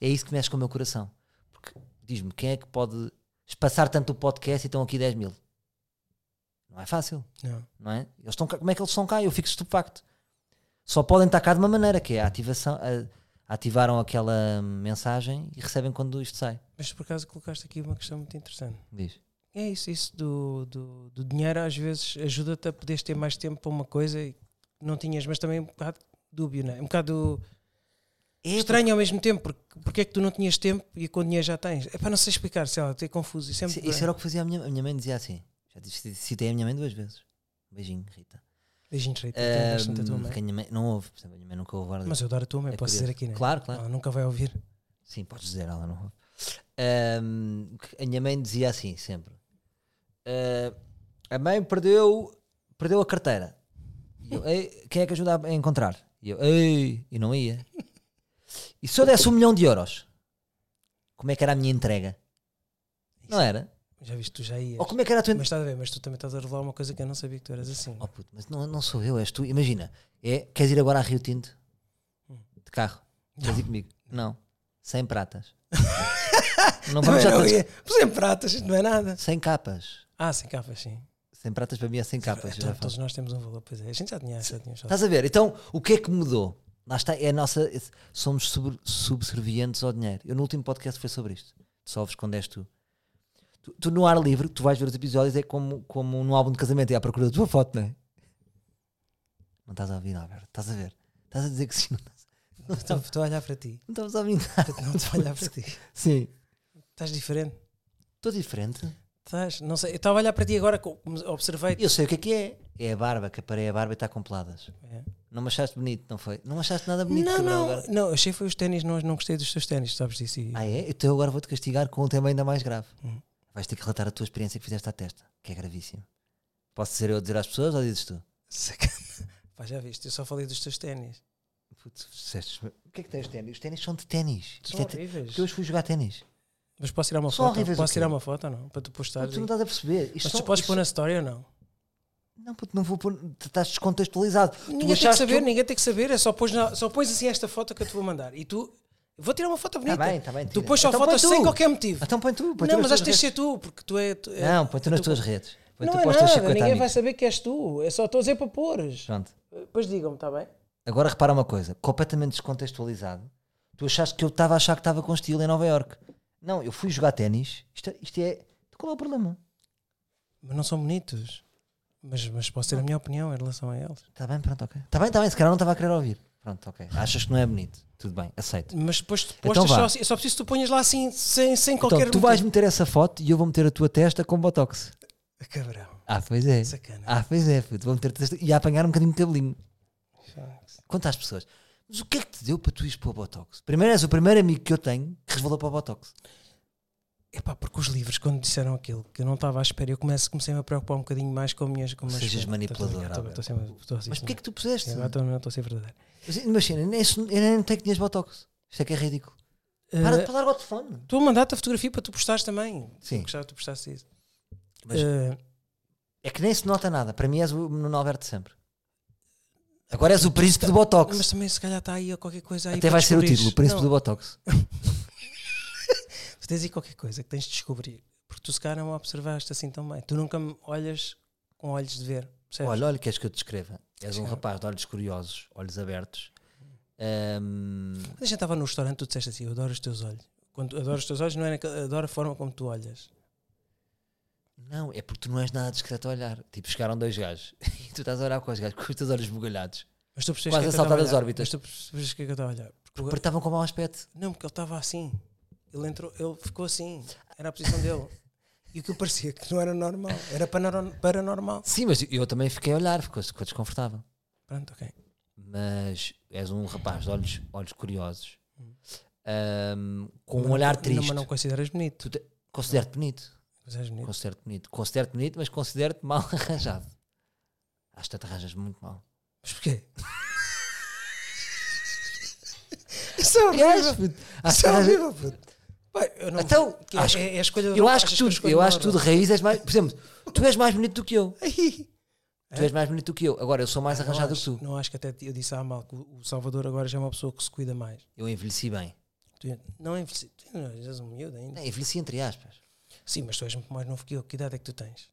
S1: é isso que mexe com o meu coração. Porque diz-me, quem é que pode espaçar tanto o podcast e estão aqui 10 mil? Não é fácil
S2: Não.
S1: não é? Eles estão cá- como é que eles estão cá? Eu fico estupefacto. Só podem estar cá de uma maneira, que é a ativação. a- ativaram aquela mensagem e recebem quando isto sai.
S2: Mas por acaso colocaste aqui uma questão muito interessante.
S1: Diz.
S2: É isso, isso do, do, do dinheiro às vezes ajuda-te a poderes ter mais tempo para uma coisa e não tinhas, mas também é um bocado dúbio, não é? Um bocado
S1: É,
S2: estranho ao mesmo tempo, porque, porque é que tu não tinhas tempo e com o dinheiro já tens? É para não sei explicar, sei lá, ter confuso. Isso é
S1: Isso,
S2: muito
S1: isso era o que fazia a minha, a minha mãe, dizia assim. Já disse- citei a minha mãe duas vezes. Beijinho, Rita.
S2: Beijinhos, Rita, eu tenho bastante é a tua
S1: Ahm,
S2: mãe.
S1: que a minha mãe não ouve, por exemplo, a minha mãe nunca ouve.
S2: Mas eu adoro a tua mãe,
S1: É
S2: posso
S1: curioso.
S2: dizer aqui, não é?
S1: Claro, claro.
S2: Ela nunca vai ouvir.
S1: Sim, podes dizer, ela não ouve. Ahm, que a minha mãe dizia assim sempre: Ah, A mãe perdeu, perdeu a carteira. E eu, "Ei, quem é que ajuda a encontrar? E eu, Ei, e não ia. E se eu desse um milhão de euros, como é que era a minha entrega? Não era?
S2: Já viste, tu já ias.
S1: Ou como é que era a tua.
S2: Mas estás a ver, mas tu também estás a revelar uma coisa que eu não sabia que tu eras assim.
S1: Oh puto, mas não, não sou eu, és tu. Imagina, é, queres ir agora a Rio Tinto? De carro? Queres ir comigo? Não. Sem pratas. não vamos
S2: Também
S1: já.
S2: não
S1: tantos-
S2: ia. Por exemplo, pratas, isto não é nada.
S1: Sem capas.
S2: Ah, sem capas, sim.
S1: Sem pratas para mim é sem capas.
S2: Então,
S1: já falo.
S2: todos nós temos um valor, pois é. A gente já tinha, já tinha já-
S1: Estás a ver? Então, o que é que mudou? Lá está, é a nossa. esse- Somos sub- subservientes ao dinheiro. Eu no último podcast foi sobre isto. Tu só escondeste tu. tu. tu no ar livre, tu vais ver os episódios, é como, como num álbum de casamento, é à procura da tua foto, não é? Não estás a ouvir, Alberto. Estás a ver? Estás a dizer que sim, não estás,
S2: Estou estou a olhar para ti.
S1: não estás a ouvir nada.
S2: Não estou a olhar para ti.
S1: Sim.
S2: Estás diferente.
S1: Estou diferente.
S2: Estás, não sei. Eu estava a olhar para ti agora, co- observei-te.
S1: Eu sei o que é que é. É a barba, que aparei a barba e está com peladas.
S2: É.
S1: Não me achaste bonito, não foi? Não achaste nada bonito,
S2: Não,
S1: Cabral,
S2: não,
S1: agora.
S2: não, achei foi os ténis, não, não gostei dos teus ténis, sabes disso? E-
S1: Ah é? Então eu agora vou-te castigar com um tema ainda mais grave.
S2: Hum.
S1: Vais ter que relatar a tua experiência que fizeste à testa, que é gravíssimo. Posso dizer eu a dizer às pessoas ou dizes tu?
S2: Sacana. Pá, já viste, eu só falei dos teus ténis.
S1: Putz, disseste- o que é que tens de ténis? Os ténis são de ténis. Isto
S2: São
S1: é te-
S2: horríveis.
S1: Porque hoje fui jogar ténis.
S2: Mas posso tirar uma
S1: São
S2: foto?
S1: horríveis o
S2: Posso
S1: quê?
S2: tirar uma foto ou não? Para tu postar.
S1: Tu não estás a perceber. Isto
S2: Mas
S1: são-
S2: tu podes
S1: isto-
S2: pôr na história ou não?
S1: Não, puto, não vou pôr. tu Estás descontextualizado. Tu
S2: Ninguém tem que
S1: achaste
S2: saber,
S1: eu-
S2: ninguém tem que saber. É só pôs, na- só pôs assim esta foto que eu te vou mandar. E tu. Vou tirar uma foto bonita.
S1: bem, tá bem,
S2: tu
S1: tira.
S2: pões só
S1: Então
S2: fotos
S1: põe tu.
S2: sem qualquer motivo.
S1: Então põe tu. Põe tu
S2: não,
S1: nas
S2: mas acho
S1: tuas
S2: que tens de
S1: redes.
S2: ser tu, porque tu é. tu- é-
S1: Não, põe tu nas
S2: tu-
S1: tuas redes. Põe tu
S2: Não é
S1: para os teus
S2: nada,
S1: 50
S2: ninguém vai
S1: amigos.
S2: saber que és tu. Eu só estou a dizer para pôres.
S1: Pronto.
S2: Depois digam-me, está bem?
S1: Agora repara uma coisa, completamente descontextualizado. Tu achaste que eu estava a achar que estava com estilo em Nova Iorque. Não, eu fui jogar ténis. Isto, é- isto é. Qual é o problema?
S2: Mas não são bonitos. Mas, mas posso ter a minha opinião em relação a eles.
S1: Está Tá bem, pronto, ok. Está bem, está bem, se calhar não estava a querer ouvir. Pronto, ok. Achas que não é bonito? Tudo bem, aceito.
S2: Mas depois tu
S1: Então
S2: postas
S1: vá.
S2: só assim. Eu só preciso que tu ponhas lá assim, sem, sem
S1: Então,
S2: qualquer.
S1: tu vais meter essa foto e eu vou meter a tua testa com botox.
S2: motivo. Cabrão.
S1: Ah, pois é.
S2: Sacana.
S1: Ah, pois é, puto. Vou meter a testa e a apanhar um bocadinho de cabelinho. Ah. Conta às pessoas. Mas o que é que te deu para tu ires para o botox? Primeiro és o primeiro amigo que eu tenho que resvalou para o botox.
S2: Epá, porque os livros, quando disseram aquilo que eu não estava à espera, eu comece, comecei-me a preocupar um bocadinho mais com minhas. Com minhas
S1: Sejas manipulador, Alberto.
S2: Estou sempre. Estou assim.
S1: Mas porquê é que tu puseste?
S2: Agora estou- não estou a ser verdadeiro.
S1: Mas Imagina, nem isso- eu nem tenho que tinhas botox. Isto é que é ridículo. Para de
S2: Eh,
S1: falar ao telefone.
S2: Estou a mandar-te a fotografia para tu postares também.
S1: Sim.
S2: Eu Gostava que tu postasses isso.
S1: Mas-
S2: Eh,
S1: É que nem se nota nada. Para mim és o Nuno Alberto de sempre. Agora és o príncipe do botox.
S2: mas também se calhar está aí qualquer coisa aí
S1: Até
S2: para
S1: vai ser o
S2: descobrires.
S1: título, o príncipe
S2: Não,
S1: do botox.
S2: Tu tens aí qualquer coisa que tens de descobrir. Porque tu se calhar não a observaste assim tão bem. Tu nunca me olhas com olhos de ver. Percebes?
S1: Olha, olha, queres que eu te descreva? És um
S2: É. Sim.
S1: rapaz de olhos curiosos, olhos abertos. Ahm,
S2: Quando a gente estava no restaurante, tu disseste assim: Eu adoro os teus olhos. Quando adoro os teus olhos, não é naquela- adoro a forma como tu olhas.
S1: não, é porque tu não és nada discreto a olhar. Tipo, chegaram dois gajos e tu estás a olhar com os gajos com os teus olhos bugalhados.
S2: Mas tu percebes
S1: Quase
S2: que é
S1: a
S2: que eu
S1: saltar
S2: estava
S1: das
S2: olhar.
S1: órbitas.
S2: Mas tu percebes que é que eu estava a olhar. Porque o-
S1: Porque estavam com mau aspecto.
S2: Não, porque ele estava assim. Ele entrou, ele ficou assim. Era a posição dele. E o que parecia que não era normal. Era panaro- paranormal.
S1: Sim, mas eu também fiquei a olhar, ficou, ficou desconfortável.
S2: Pronto, ok.
S1: mas és um rapaz de olhos, olhos curiosos,
S2: Hum.
S1: ahm, com
S2: Mas
S1: um olhar
S2: não-
S1: triste.
S2: Mas não consideras bonito.
S1: Tu te- Considero-te bonito,
S2: Consideras bonito.
S1: considero-te bonito, considero-te bonito, mas considero-te mal arranjado. Acho que tu te arranjas muito mal.
S2: Mas porquê? Isso é
S1: És,
S2: horrível.
S1: puto. Acho que
S2: Isso
S1: te
S2: é
S1: arranjas-
S2: horrível, puto. Pá, eu não-
S1: Então,
S2: que é-
S1: acho-
S2: é, é a escolha da
S1: eu
S2: roupa,
S1: acho que
S2: achas eu
S1: tudo,
S2: escolho É?
S1: eu
S2: mal
S1: acho que
S2: a
S1: tudo
S2: roupa?
S1: raiz és mais. Por exemplo, tu és mais bonito do que eu. Tu és mais bonito do que eu. Agora eu sou mais
S2: Não
S1: arranjado do que
S2: acho,
S1: tu.
S2: não acho que até eu disse à Mal que o o Salvador agora já é uma pessoa que se cuida mais.
S1: Eu envelheci bem.
S2: Tu é- não envelheci, tu não és um miúdo ainda.
S1: Não, envelheci entre aspas.
S2: Sim, mas tu és muito mais novo que eu. Que idade é que tu tens?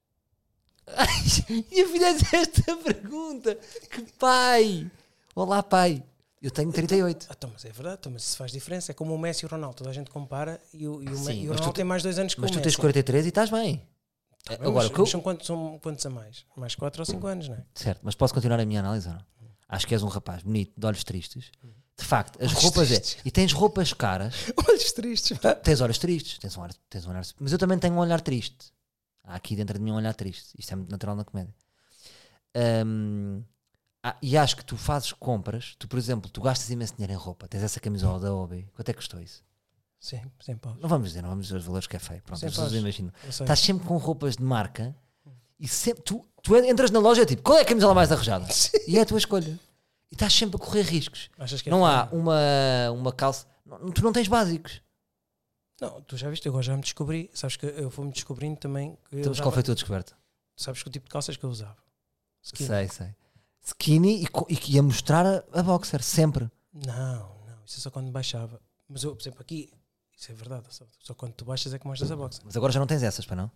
S1: E eu fizeste esta pergunta. Que pai! Olá, pai! Eu tenho 38.
S2: Ah, então, mas é verdade, então, mas isso faz diferença. É como o Messi e o Ronaldo, toda a gente compara e o, e
S1: Sim,
S2: o, Me- e o
S1: mas
S2: Ronaldo
S1: tu-
S2: tem mais dois anos que
S1: Mas
S2: o
S1: tu
S2: Messi.
S1: tens 43 e estás bem. Eh,
S2: Tá bem,
S1: Agora,
S2: mas-
S1: o que eu-
S2: mas são, quantos, são quantos a mais? Mais 4 ou 5 anos, não é?
S1: Certo, mas posso continuar a minha análise ou não? Acho que és um rapaz bonito, de olhos tristes. De facto, as
S2: Olhos
S1: roupas
S2: tristes.
S1: é. E tens roupas caras,
S2: Olhos tristes, pá.
S1: tens olhos tristes, tens um, olhar, tens um olhar. Mas eu também tenho um olhar triste. Há aqui dentro de mim um olhar triste. Isto é muito natural na comédia. Hum, ah, e acho que tu fazes compras, tu, por exemplo, tu gastas imenso dinheiro em roupa, tens essa camisola da OB, quanto é que custou isso?
S2: Sim, sem pausa.
S1: Não vamos dizer, não vamos dizer os valores que é feio. Pronto,
S2: Sim,
S1: as pessoas
S2: faz.
S1: imaginam.
S2: Eu sei.
S1: Estás sempre com roupas de marca e sempre, tu, tu entras na loja e é tipo, qual é a camisola mais arrojada? E é a tua escolha. E estás sempre a correr riscos.
S2: Achas que é
S1: Não há um-
S2: feio?
S1: uma, uma calça. não- tu não tens básicos.
S2: Não, tu já viste, eu agora já me descobri. Sabes que eu fui-me descobrindo também. que eu
S1: Então, mas qual
S2: usava-
S1: foi a tua descoberta?
S2: Sabes que o tipo de calças que eu usava? Skinny.
S1: Sei, sei. Skinny e, co- e que ia mostrar a, a boxer, sempre.
S2: Não, não, isso é só quando baixava. Mas eu, por exemplo, aqui, isso é verdade. Só, só quando tu baixas é que mostras a boxer.
S1: Mas agora já não tens essas, para não?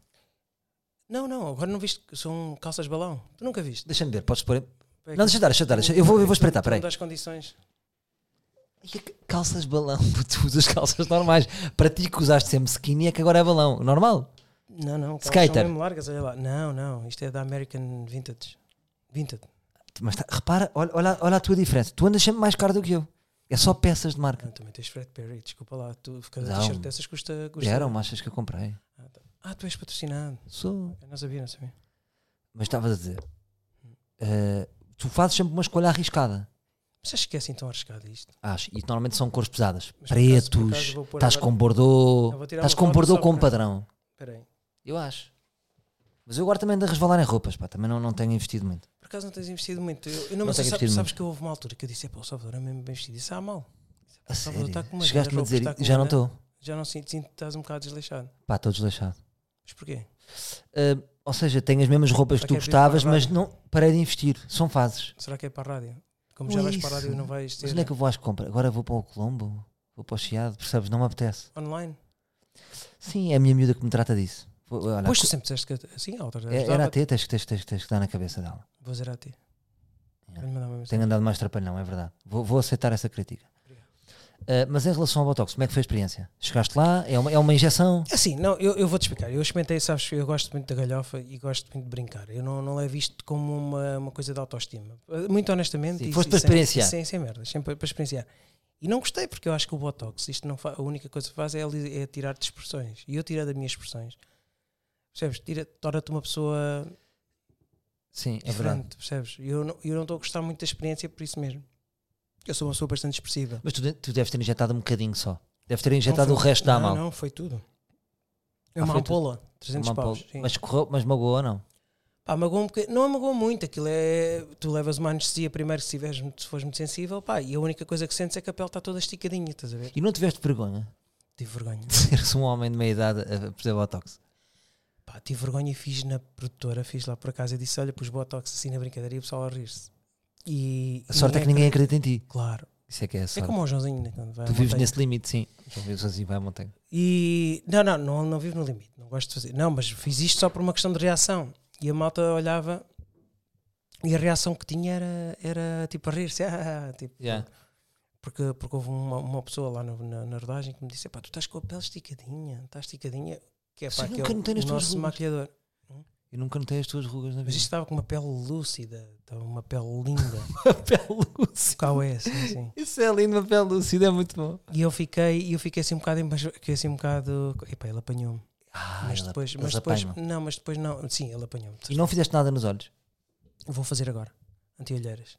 S2: Não, não, agora não viste que são calças balão. Tu nunca viste.
S1: Deixa-me ver, podes pôr.
S2: Peraí,
S1: Não,
S2: que-
S1: deixa eu dar, deixa eu dar. deixa- Eu vou, eu vou espreitar,
S2: tu não
S1: peraí.
S2: das condições.
S1: E que Calças balão, tu usas calças normais. Para ti que usaste sempre skinny é que agora é balão. Normal.
S2: Não, não, calças
S1: Skater.
S2: são mesmo largas, olha lá. Não, não, isto é da American Vintage. Vintage.
S1: Mas tá- repara, olha, olha, olha a tua diferença. Tu andas sempre mais caro do que eu. É só peças de marca.
S2: Ah, também tens Fred Perry, desculpa lá. Tu, cada
S1: Não.
S2: t-shirt dessas custa. custa
S1: Eram machas que eu comprei.
S2: Ah, tá. Ah, tu és patrocinado.
S1: Sou.
S2: Eu não sabia, não sabia.
S1: Mas estavas a dizer. eh, tu fazes sempre uma escolha arriscada.
S2: Mas acho que é assim tão arriscado isto.
S1: Acho. E normalmente são cores pesadas.
S2: Mas por acaso- por acaso
S1: Pretos.
S2: vou pôr
S1: Estás
S2: agora- um-
S1: com bordô.
S2: Eu vou tirar
S1: Estás
S2: uma
S1: com
S2: foto
S1: bordô
S2: só
S1: com um
S2: para-
S1: padrão.
S2: Espera aí.
S1: Eu acho. Mas eu agora também ando a resvalar em roupas, pá. Também não, não tenho investido muito.
S2: Por acaso não tens investido muito. Eu, eu não,
S1: Não
S2: mas
S1: tenho
S2: sabes,
S1: investido
S2: sabes
S1: muito.
S2: que houve uma altura que eu disse: é pá, o Salvador é mesmo bem vestido. Isso há mal.
S1: A
S2: Salvador
S1: sério.
S2: tá com uma
S1: Chegaste-me a
S2: grande
S1: dizer.
S2: roupa, está com
S1: Já
S2: uma
S1: não
S2: grande-
S1: estou.
S2: Já não sinto, sinto que estás um bocado desleixado.
S1: Pá, estou desleixado.
S2: Mas porquê?
S1: Eh, ou seja, tenho as mesmas roupas que
S2: Para
S1: tu
S2: que é preciso
S1: gostavas,
S2: guardar?
S1: mas não parei de investir. São fases.
S2: Será que é para a rádio? Como
S1: Não
S2: já
S1: é
S2: vais para a rádio,
S1: isso.
S2: não vais ter
S1: Mas onde é que eu vou às compras? Agora vou para o Colombo, vou para o Chiado, percebes? Não me apetece.
S2: online.
S1: Sim, é a minha miúda que me trata disso. Vou- olha,
S2: Pois tu sempre disseste que assim, a outra
S1: é- era a T, tens que, tens, tens, tens que dar na cabeça dela.
S2: Vou dizer a ti.
S1: Yeah.
S2: Vou-lhe mandar uma mensagem.
S1: Tenho andado mais trapalhão, é verdade. Vou, vou aceitar essa crítica.
S2: Obrigado.
S1: Ah, mas em relação ao Botox, como é que foi a experiência? Chegaste lá, é uma, é uma injeção?
S2: Assim, não, eu, eu vou-te explicar. Eu experimentei, sabes, eu gosto muito da galhofa e gosto muito de brincar. Eu não, não levo isto como uma, uma coisa de autoestima. Eh, Muito honestamente. é,
S1: Sim,
S2: e-
S1: foste
S2: e
S1: para
S2: sem-
S1: experienciar.
S2: Sem, sem merdas, sempre para experienciar. E não gostei, porque eu acho que o Botox, isto não fa- a única coisa que faz é, ali- é tirar-te expressões. E eu tirei das minhas expressões. Percebes? Tira- Torna-te uma pessoa
S1: Sim, é verdade.
S2: diferente, percebes? E eu não eu não estou a gostar muito da experiência por isso mesmo. Eu sou uma pessoa bastante expressiva.
S1: Mas tu, de- tu deves ter injetado um bocadinho só. Deves ter injetado
S2: Não
S1: o
S2: foi-
S1: tá resto da
S2: não,
S1: mal.
S2: Não, foi tudo. É
S1: Ah,
S2: uma
S1: foi tudo.
S2: ampola, 300
S1: Uma
S2: paus.
S1: ampola.
S2: sim.
S1: mas correu, mas magoou ou não?
S2: Pá, magoou um bocadinho. Não magoou muito, aquilo é. Tu levas uma anestesia primeiro se, tiveres, muito- se fores muito sensível, pá, e a única coisa que sentes é que a pele está toda esticadinha, estás a ver?
S1: E não tiveste vergonha
S2: Tive vergonha.
S1: de seres um homem de meia idade a fazer Botox?
S2: Pá, tive vergonha e fiz na produtora, fiz lá por acaso e disse: olha, pus botox assim na brincadeira e o pessoal a rir-se. E.
S1: A sorte é que ninguém acredita em ti.
S2: Claro.
S1: Isso é que é a
S2: É
S1: sorte.
S2: como o Joãozinho, né, quando vai à
S1: Tu vives
S2: montanha.
S1: nesse limite, sim. Tu vives assim, vai à montanha.
S2: E não, não, não, não vivo no limite, não gosto de fazer. Não, mas fiz isto só por uma questão de reação. E a malta olhava e a reação que tinha era, era tipo a rir-se. "Ah", tipo,
S1: Yeah.
S2: porque, porque houve uma, uma pessoa lá no- na, na rodagem que me disse: pá, tu estás com a pele esticadinha, estás esticadinha. Que é,
S1: Sim,
S2: pá, que é
S1: nunca
S2: o,
S1: notei nas
S2: o
S1: tuas
S2: nosso
S1: rugas.
S2: maquilhador.
S1: Eu nunca notei as tuas rugas na
S2: Mas isto
S1: vida.
S2: estava com uma pele lúcida, estava uma pele linda.
S1: Papel lúcido.
S2: Qual é, sim, sim.
S1: Isso é lindo, papel lúcido, é muito bom.
S2: E eu fiquei, eu fiquei assim um bocado, embaixo- fiquei assim um bocado. Epá, ele apanhou-me.
S1: Ah,
S2: mas
S1: ela-
S2: depois,
S1: eles
S2: mas depois,
S1: apanham.
S2: não, mas depois não. Sim, ele apanhou-me.
S1: E não fizeste nada nos olhos.
S2: Vou fazer agora. Anti-olheiras.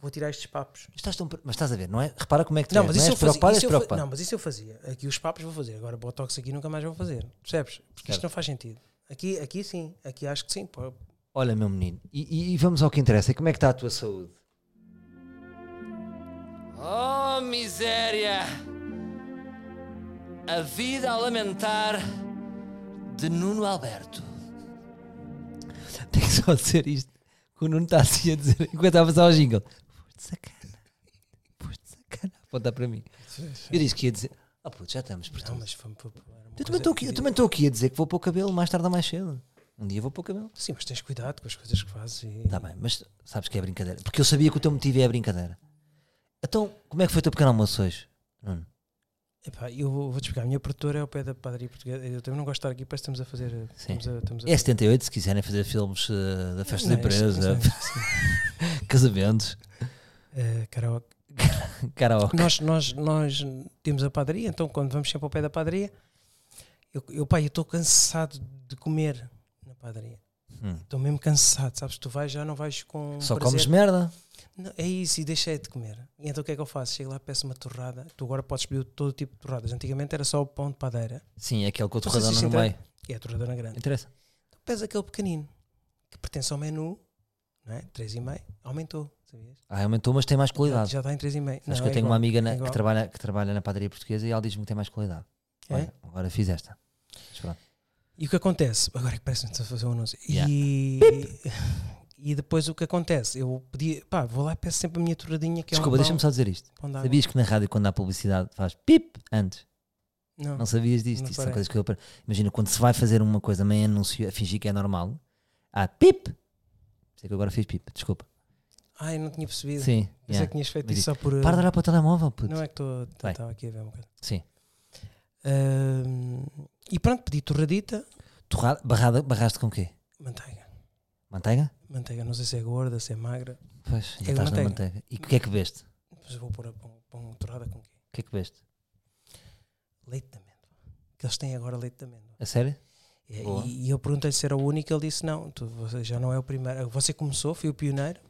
S2: Vou tirar estes papos.
S1: Mas estás, tão... pre- mas estás a ver, não é? Repara como é que tu
S2: Não,
S1: és,
S2: mas
S1: não
S2: isso eu
S1: és
S2: fazia.
S1: preocupado,
S2: isso
S1: és
S2: eu fa-
S1: preocupado.
S2: Não, mas isso eu fazia. Aqui os papos vou fazer. Agora botox aqui nunca mais vou fazer. Percebes? Porque
S1: Certo.
S2: isto não faz sentido. Aqui, aqui sim. Aqui acho que sim. pô.
S1: Olha, meu menino, e, e- e vamos ao que interessa. E Como é que está a tua saúde?
S3: Oh, miséria! A vida a lamentar de Nuno Alberto.
S1: Tenho só de dizer isto. Que o Nuno está assim a dizer, enquanto estava a passar o jingle. Foste sacana. Foste sacana. Aponta para mim. Eu disse que ia dizer. Ah, puto, já estamos por
S2: Não,
S1: tudo.
S2: mas é, foi, foi, foi- era uma
S1: Eu
S2: coisa-
S1: também estou aqui, eu também estou aqui a dizer que vou pôr o cabelo mais tarde ou mais cedo. Um dia vou pôr o cabelo.
S2: Sim, mas tens cuidado com as coisas que fazes. E...
S1: Está Tá bem, mas sabes que é brincadeira. Porque eu sabia que o teu motivo é a brincadeira. Então, como é que foi o teu pequeno almoço hoje? Nuno?
S2: Epá, eu vou- vou-te explicar. A minha produtora é o pé da padaria portuguesa. Eu também não gosto de estar aqui. Parece que estamos a fazer. eh,
S1: Sim.
S2: Estamos a, estamos a-
S1: É 78, se quiserem fazer filmes eh, da festa
S2: Não, é
S1: da
S2: eu sei, eu
S1: empresa,
S2: sei, eu sei. é.
S1: casamentos,
S2: Eh, karaoke.
S1: karaoke.
S2: nós, nós, nós temos a padaria, então quando vamos sempre ao pé da padaria, eu, eu pai, eu estou cansado de comer na padaria.
S1: Hum.
S2: Estou mesmo cansado, sabes? Tu vais já, não vais com.
S1: Só
S2: prazer.
S1: comes merda.
S2: Não, é isso, e deixei de comer. E então o que é que eu faço? Chego lá, peço uma torrada. Tu agora podes pedir todo tipo de torradas. Antigamente era só o pão de padeira,
S1: Sim, é aquele com o
S2: Não sei se
S1: torradão
S2: isso
S1: no meio.
S2: que é a torradona grande.
S1: Interessa.
S2: Tu pedes aquele pequenino, que pertence ao menu, não é? 3,5. Aumentou, sabias?
S1: Ah, aumentou, mas tem mais
S2: Já,
S1: qualidade.
S2: já está em 3,5.
S1: Acho
S2: Não,
S1: que eu
S2: é
S1: tenho
S2: igual,
S1: uma amiga na-
S2: é
S1: que,
S2: igual.
S1: trabalha, que trabalha na padaria portuguesa e ela diz-me que tem mais qualidade.
S2: É?
S1: Olha, agora fiz esta. Mas pronto.
S2: E o que acontece? Agora é que parece-me que estou a fazer um anúncio.
S1: Yeah.
S2: E, e depois o que acontece? Eu pedi, pá, vou lá e peço sempre a minha touradinha que
S1: Desculpa,
S2: é um pão-
S1: deixa-me só dizer isto.
S2: pão de água.
S1: Sabias que na rádio, quando há publicidade, faz pip antes?
S2: Não.
S1: Não sabias disto?
S2: Não
S1: Isto são
S2: parei.
S1: coisas que eu. apre- Imagina, quando se vai fazer uma coisa, meio anúncio, a fingir que é normal, há pip. Sei que agora fiz pip, desculpa.
S2: Ai, não tinha percebido.
S1: Sim.
S2: Pensei
S1: yeah.
S2: que tinhas feito
S1: Mas
S2: isso só por.
S1: Para de olhar para o telemóvel, puto.
S2: Não é que estou.
S1: Bem.
S2: Estava aqui a ver uma coisa.
S1: Sim.
S2: Ahm, e pronto, pedi torradita,
S1: Torrada, barrada, barraste com o quê?
S2: manteiga.
S1: Manteiga?
S2: Manteiga, não sei se é gorda, se é magra.
S1: Pois, ainda
S2: É
S1: estás na
S2: manteiga.
S1: manteiga. E o que é que bebeste? O
S2: Depois eu vou pôr a pão, pão torrada com quê?
S1: que é que bebeste?
S2: Leite de amêndoa. Que eles têm agora leite de amêndoa.
S1: A sério?
S2: E,
S1: Boa.
S2: e eu perguntei-lhe se era o único, ele disse não, tu, você já não é o primeiro. Você começou, fui o pioneiro,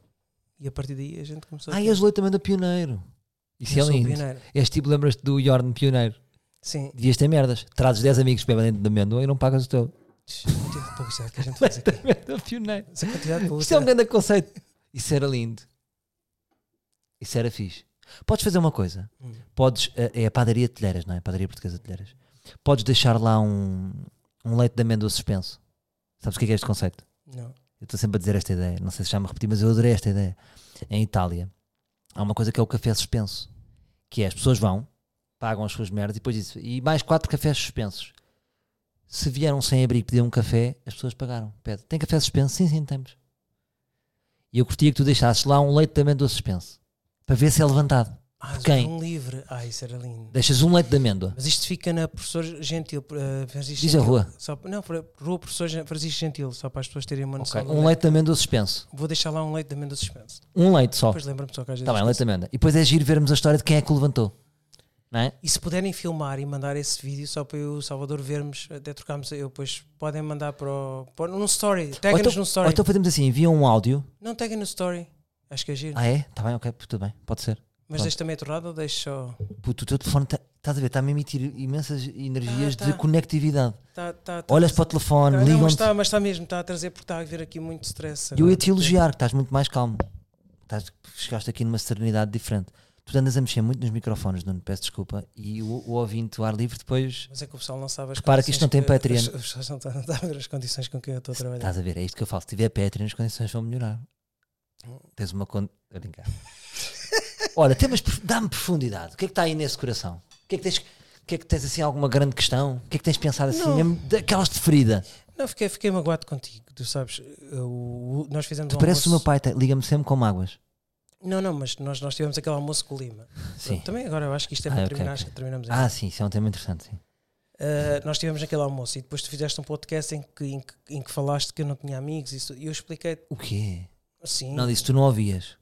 S2: e a partir daí a gente começou
S1: Ah,
S2: ter-
S1: e és leite também do pioneiro. Isso
S2: Eu
S1: é
S2: sou o
S1: lindo.
S2: pioneiro.
S1: És tipo, lembras-te do Yorn Pioneiro?
S2: Sim,
S1: Devias ter merdas. Trazes 10 amigos para beber dentro da amêndoa e não pagas o teu.
S2: tive a publicidade é, que a gente faz aqui.
S1: Amêndoa Pioneiro.
S2: Essa quantidade de
S1: Isto é um
S2: publicidade.
S1: grande conceito. Isso era lindo. Isso era fixe. Podes fazer uma coisa.
S2: Hum.
S1: Podes. eh, É a padaria de Telheiras, não é? Padaria Portuguesa de Telheiras. Podes deixar lá um, um leite de amêndoa suspenso. Sabes o que é que é este conceito?
S2: Não.
S1: Eu estou sempre a dizer esta ideia, não sei se já me repeti, mas eu adorei esta ideia. Em Itália, há uma coisa que é o café suspenso, que é as pessoas vão, pagam as suas merdas e depois dizem, e mais quatro cafés suspensos. Se vieram sem abrigo pedir um café, as pessoas pagaram. Pede, tem café suspenso? Sim, sim, temos. E eu curtia que tu deixasses lá um leite de amêndoa suspenso, para ver se é levantado.
S2: Ah,
S1: Quem?
S2: um livre. Ah, isso era lindo.
S1: Deixas um leite de amêndoa.
S2: Mas isto fica na Professor Gentil. eh, Francisco
S1: Diz a
S2: Gentil.
S1: rua.
S2: Só, não, fra- Rua Professor Gen- Francisco Gentil, só para as pessoas terem uma noção.
S1: Ok,
S2: do
S1: Um
S2: leite.
S1: leite de amêndoa suspenso.
S2: Vou deixar lá um leite de amêndoa suspenso.
S1: Um leite só.
S2: Depois lembra-me só que às vezes.
S1: Está Tá bem, leite de amêndoa. E depois é giro vermos a história de quem é que o levantou. Não é?
S2: E se puderem filmar e mandar esse vídeo só para eu e o Salvador vermos, até trocarmos, eu depois podem mandar para, o, para num story.
S1: Ou
S2: Tagam-nos
S1: então-
S2: num
S1: ou
S2: story.
S1: então fazemos assim, envia um áudio
S2: Não taguem no story. Acho que é giro.
S1: Ah, é? Tá bem, ok, tudo bem, pode ser.
S2: Mas
S1: pronto.
S2: deixo também atorrado ou deixo só.
S1: Puto, o teu telefone tá- estás a ver, está-me a emitir imensas energias
S2: Tá,
S1: de
S2: tá.
S1: conectividade.
S2: Tá, tá, tá,
S1: Olhas para o telefone,
S2: Tá, não, mas
S1: ligam-te.
S2: está, mas está mesmo, está a trazer porque está a vir aqui muito stress.
S1: E eu
S2: agora.
S1: ia te elogiar, que estás muito mais calmo. Estás, chegaste aqui numa serenidade diferente. Tu andas a mexer muito nos microfones, Nuno, peço desculpa. E o, o ouvinte, o ar livre, depois.
S2: Mas é que o pessoal não sabe as
S1: Repara que isto não tem
S2: condições
S1: Patreon.
S2: que- as- As pessoas não estão não estão a ver as condições com que eu estou a trabalhar.
S1: Estás a ver, é isto que eu falo. Se tiver Patreon, as condições vão melhorar. Tens uma. Con... a brincar. Olha, temas prof- dá-me profundidade. O que é que está aí nesse coração? O que é que tens. O que é que tens assim alguma grande questão? O que é que tens pensado assim?
S2: Não.
S1: Mesmo daquelas de ferida.
S2: Não, fiquei, fiquei magoado contigo. Tu sabes, eu- nós fizemos
S1: Tu
S2: um
S1: pareces o meu
S2: almoço-
S1: pai, tá? liga-me sempre com mágoas.
S2: Não, não, mas nós, nós tivemos aquele almoço com o Lima.
S1: Sim.
S2: Também agora eu acho que isto é
S1: Ah,
S2: para
S1: ok,
S2: terminar,
S1: ok.
S2: acho que terminamos em
S1: Ah, sim, isso é um tema interessante. Sim.
S2: Uh, nós tivemos aquele almoço e depois tu fizeste um podcast em que, em que, em que falaste que eu não tinha amigos e isso- e eu expliquei
S1: O quê?
S2: assim,
S1: Não,
S2: não,
S1: disse tu não ouvias,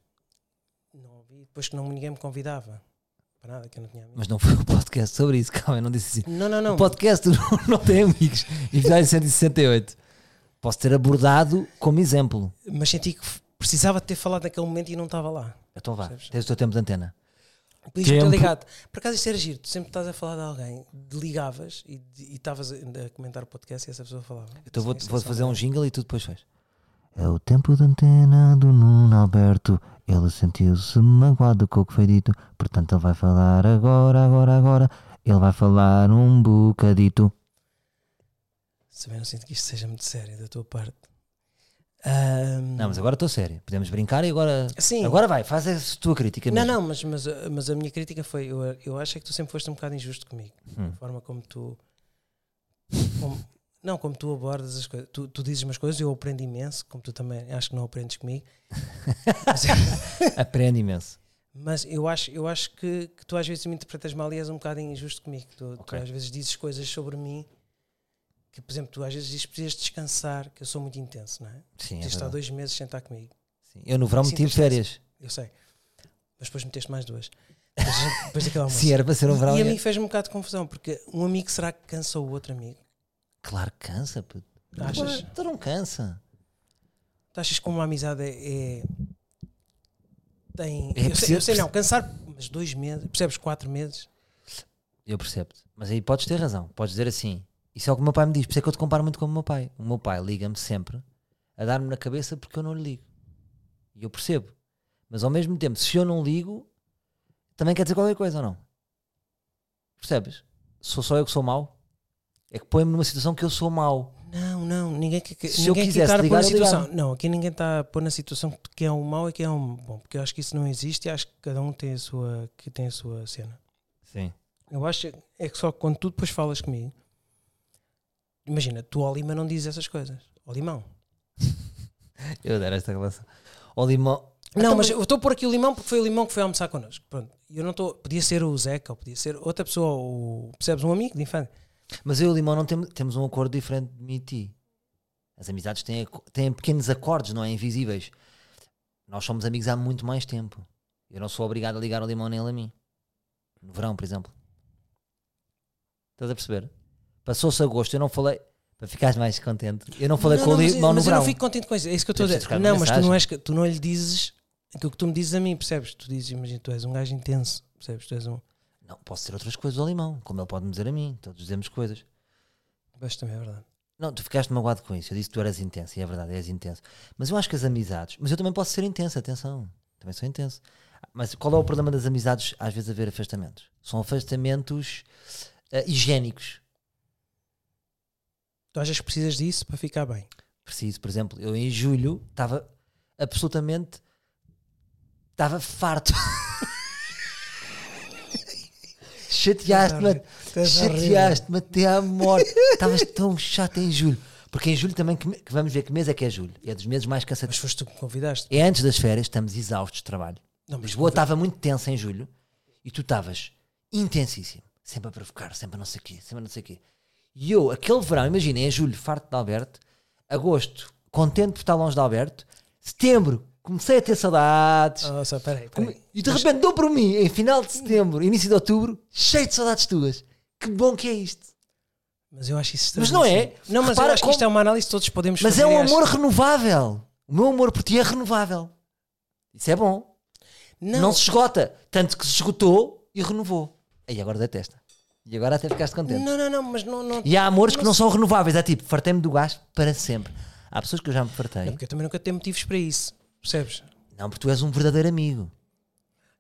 S2: ouvi, depois que não, ninguém me convidava para nada, que eu não tinha amigos.
S1: mas não foi o podcast sobre isso, calma, eu não disse assim.
S2: não, não, não.
S1: O podcast do Nuno não tem amigos, episódio 168. Posso ter abordado como exemplo.
S2: Mas senti que f- precisava de ter falado naquele momento e não estava lá.
S1: Então vá,
S2: Percebes?
S1: tens o teu tempo de antena.
S2: Por isso que
S1: Tempo.
S2: estou ligado. Por acaso isto era giro, tu sempre estás a falar de alguém, de- ligavas e e estavas a, a comentar o podcast e essa pessoa falava.
S1: Então vou,
S2: Sim, isso
S1: vou
S2: é só
S1: fazer um jingle e tu depois faz.
S4: É o tempo de antena do Nuno Alberto. Ele sentiu-se magoado com o que foi dito. Portanto, ele vai falar agora, agora, agora. Ele vai falar um bocadito.
S2: Se bem não sinto que isto seja muito sério da tua parte. Ahm,
S1: Não, mas agora estou sério. Podemos brincar e agora.
S2: Sim.
S1: Agora vai, faz a tua crítica.
S2: Não,
S1: mesmo.
S2: não, mas, mas, a- mas a minha crítica foi: eu, eu acho é que tu sempre foste um bocado injusto comigo.
S1: Hum.
S2: A forma como tu. como- não, como tu abordas as coisas. Tu, tu dizes umas coisas, eu aprendo imenso, como tu também acho que não aprendes comigo. mas,
S1: Aprende imenso.
S2: mas eu acho, eu acho que, que tu às vezes me interpretas mal e és um bocado injusto comigo. Tu, tu
S1: Ok.
S2: às vezes dizes coisas sobre mim que, por exemplo, tu às vezes dizes que precisas descansar, que eu sou muito intenso, não é?
S1: Sim, é
S2: Precisas estar
S1: verdade.
S2: dois meses sem estar comigo.
S1: Sim, Eu no verão
S2: Sim,
S1: meti
S2: tens razão.
S1: férias.
S2: Eu sei. Mas depois meteste mais duas. Depois, depois daquele almoço.
S1: Sim, era para ser um verão.
S2: E a
S1: e-
S2: mim fez-me um bocado de confusão, porque um amigo será que cansa o outro amigo?
S1: Claro que cansa, puto.
S2: Achas?
S1: Claro, Tu não cansa.
S2: Tu achas que uma amizade é. é-
S1: É,
S2: tem. eu, sei,
S1: precisa-
S2: eu sei não, cansar, mas dois meses, percebes? Quatro meses.
S1: Eu percebo-te. Mas aí podes ter razão. Podes dizer assim. Isso é o que o meu pai me diz. Por isso é que eu te comparo muito com o meu pai. O meu pai liga-me sempre a dar-me na cabeça porque eu não lhe ligo. E eu percebo. Mas ao mesmo tempo, se eu não ligo, também quer dizer qualquer coisa ou não? Percebes? sou só eu que sou mau? É que põe-me numa situação que eu sou mau.
S2: Não, não, ninguém que, que-
S1: Se eu
S2: ninguém aqui
S1: quisesse
S2: está a pôr
S1: ligar,
S2: na
S1: eu
S2: situação.
S1: ligava.
S2: Não, aqui ninguém está a pôr na situação de quem é um mau e quem é um bom, porque eu acho que isso não existe e acho que cada um tem a sua, que tem a sua cena.
S1: Sim.
S2: Eu acho é que só quando tu depois falas comigo, imagina, tu ao Lima não dizes essas coisas. Ao Limão.
S1: Eu dar esta relação. Ó limão.
S2: Não, mas eu estou por aqui o Limão porque foi o Limão que foi almoçar connosco. Pronto. Eu não estou. Podia ser o Zeca ou podia ser outra pessoa, ou, percebes? Um amigo de infância.
S1: Mas eu e o limão não temos, temos um acordo diferente de mim e ti. As amizades têm, aco- têm pequenos acordos, não é? Invisíveis. Nós somos amigos há muito mais tempo. Eu não sou obrigado a ligar ao limão nem ele a mim. No verão, por exemplo. Estás a perceber? Passou-se agosto, eu não falei. Para ficares mais contente. Eu não falei
S2: Não,
S1: com
S2: não,
S1: o
S2: mas-
S1: limão no
S2: mas eu
S1: verão.
S2: não fico contente com isso. É isso que eu estou a
S1: Deves ter
S2: dizer.
S1: trocado
S2: Não,
S1: uma
S2: mas tu
S1: mensagem.
S2: não, és, que- tu não lhe dizes aquilo que tu me dizes a mim, percebes? Tu dizes, imagina, tu és um gajo intenso, percebes? Tu és um.
S1: Não, posso dizer outras coisas ao limão, como ele pode me dizer a mim. Todos dizemos coisas.
S2: Mas também é verdade.
S1: Não, tu ficaste magoado com isso. Eu disse que tu eras intenso, e é verdade, és intenso. Mas eu acho que as amizades. Mas eu também posso ser intenso, atenção. Também sou intenso. Mas qual é o problema das amizades, às vezes, haver afastamentos? São afastamentos eh, higiênicos.
S2: Tu achas que precisas disso para ficar bem?
S1: Preciso, por exemplo, eu em julho estava absolutamente. Estava farto. Chateaste-me. Chateaste-me até à morte. Estavas tão chato em julho. Porque em julho também, que, me- que vamos ver que mês é que é julho. É dos meses mais
S2: Mas
S1: cansativos.
S2: foste tu que me convidaste.
S1: É antes das férias, estamos exaustos de trabalho.
S2: Não, mas
S1: Lisboa estava muito tensa em julho e tu estavas intensíssimo. Sempre a provocar, sempre a não sei o quê, sempre a não sei o quê. E eu, aquele verão, imagina, em julho, farto de Alberto, agosto, contente por estar longe de Alberto, setembro, comecei a ter saudades.
S2: Ah, só, peraí,
S1: Como-
S2: peraí.
S1: E de repente dou por mim, em final de setembro, início de outubro, cheio de saudades tuas. Que bom que é isto.
S2: Mas eu acho isso
S1: Mas não é.
S2: estranhíssimo. Não, mas eu
S1: Repara
S2: acho que
S1: como-
S2: isto é uma análise que todos podemos
S1: Mas
S2: fazer.
S1: é
S2: eu
S1: um
S2: acho-
S1: amor renovável. O meu amor por ti é renovável. Isso é bom. Não, se esgota. Tanto que se esgotou e renovou. Aí agora detesta. E agora até ficaste contente.
S2: Não, não, não, mas não. não...
S1: E é? há amores que não são renováveis. É tipo, fartei-me do gás para sempre. Há pessoas que eu já me fartei.
S2: É Porque eu também nunca tenho motivos para isso. Percebes?
S1: Não, porque tu és um verdadeiro amigo.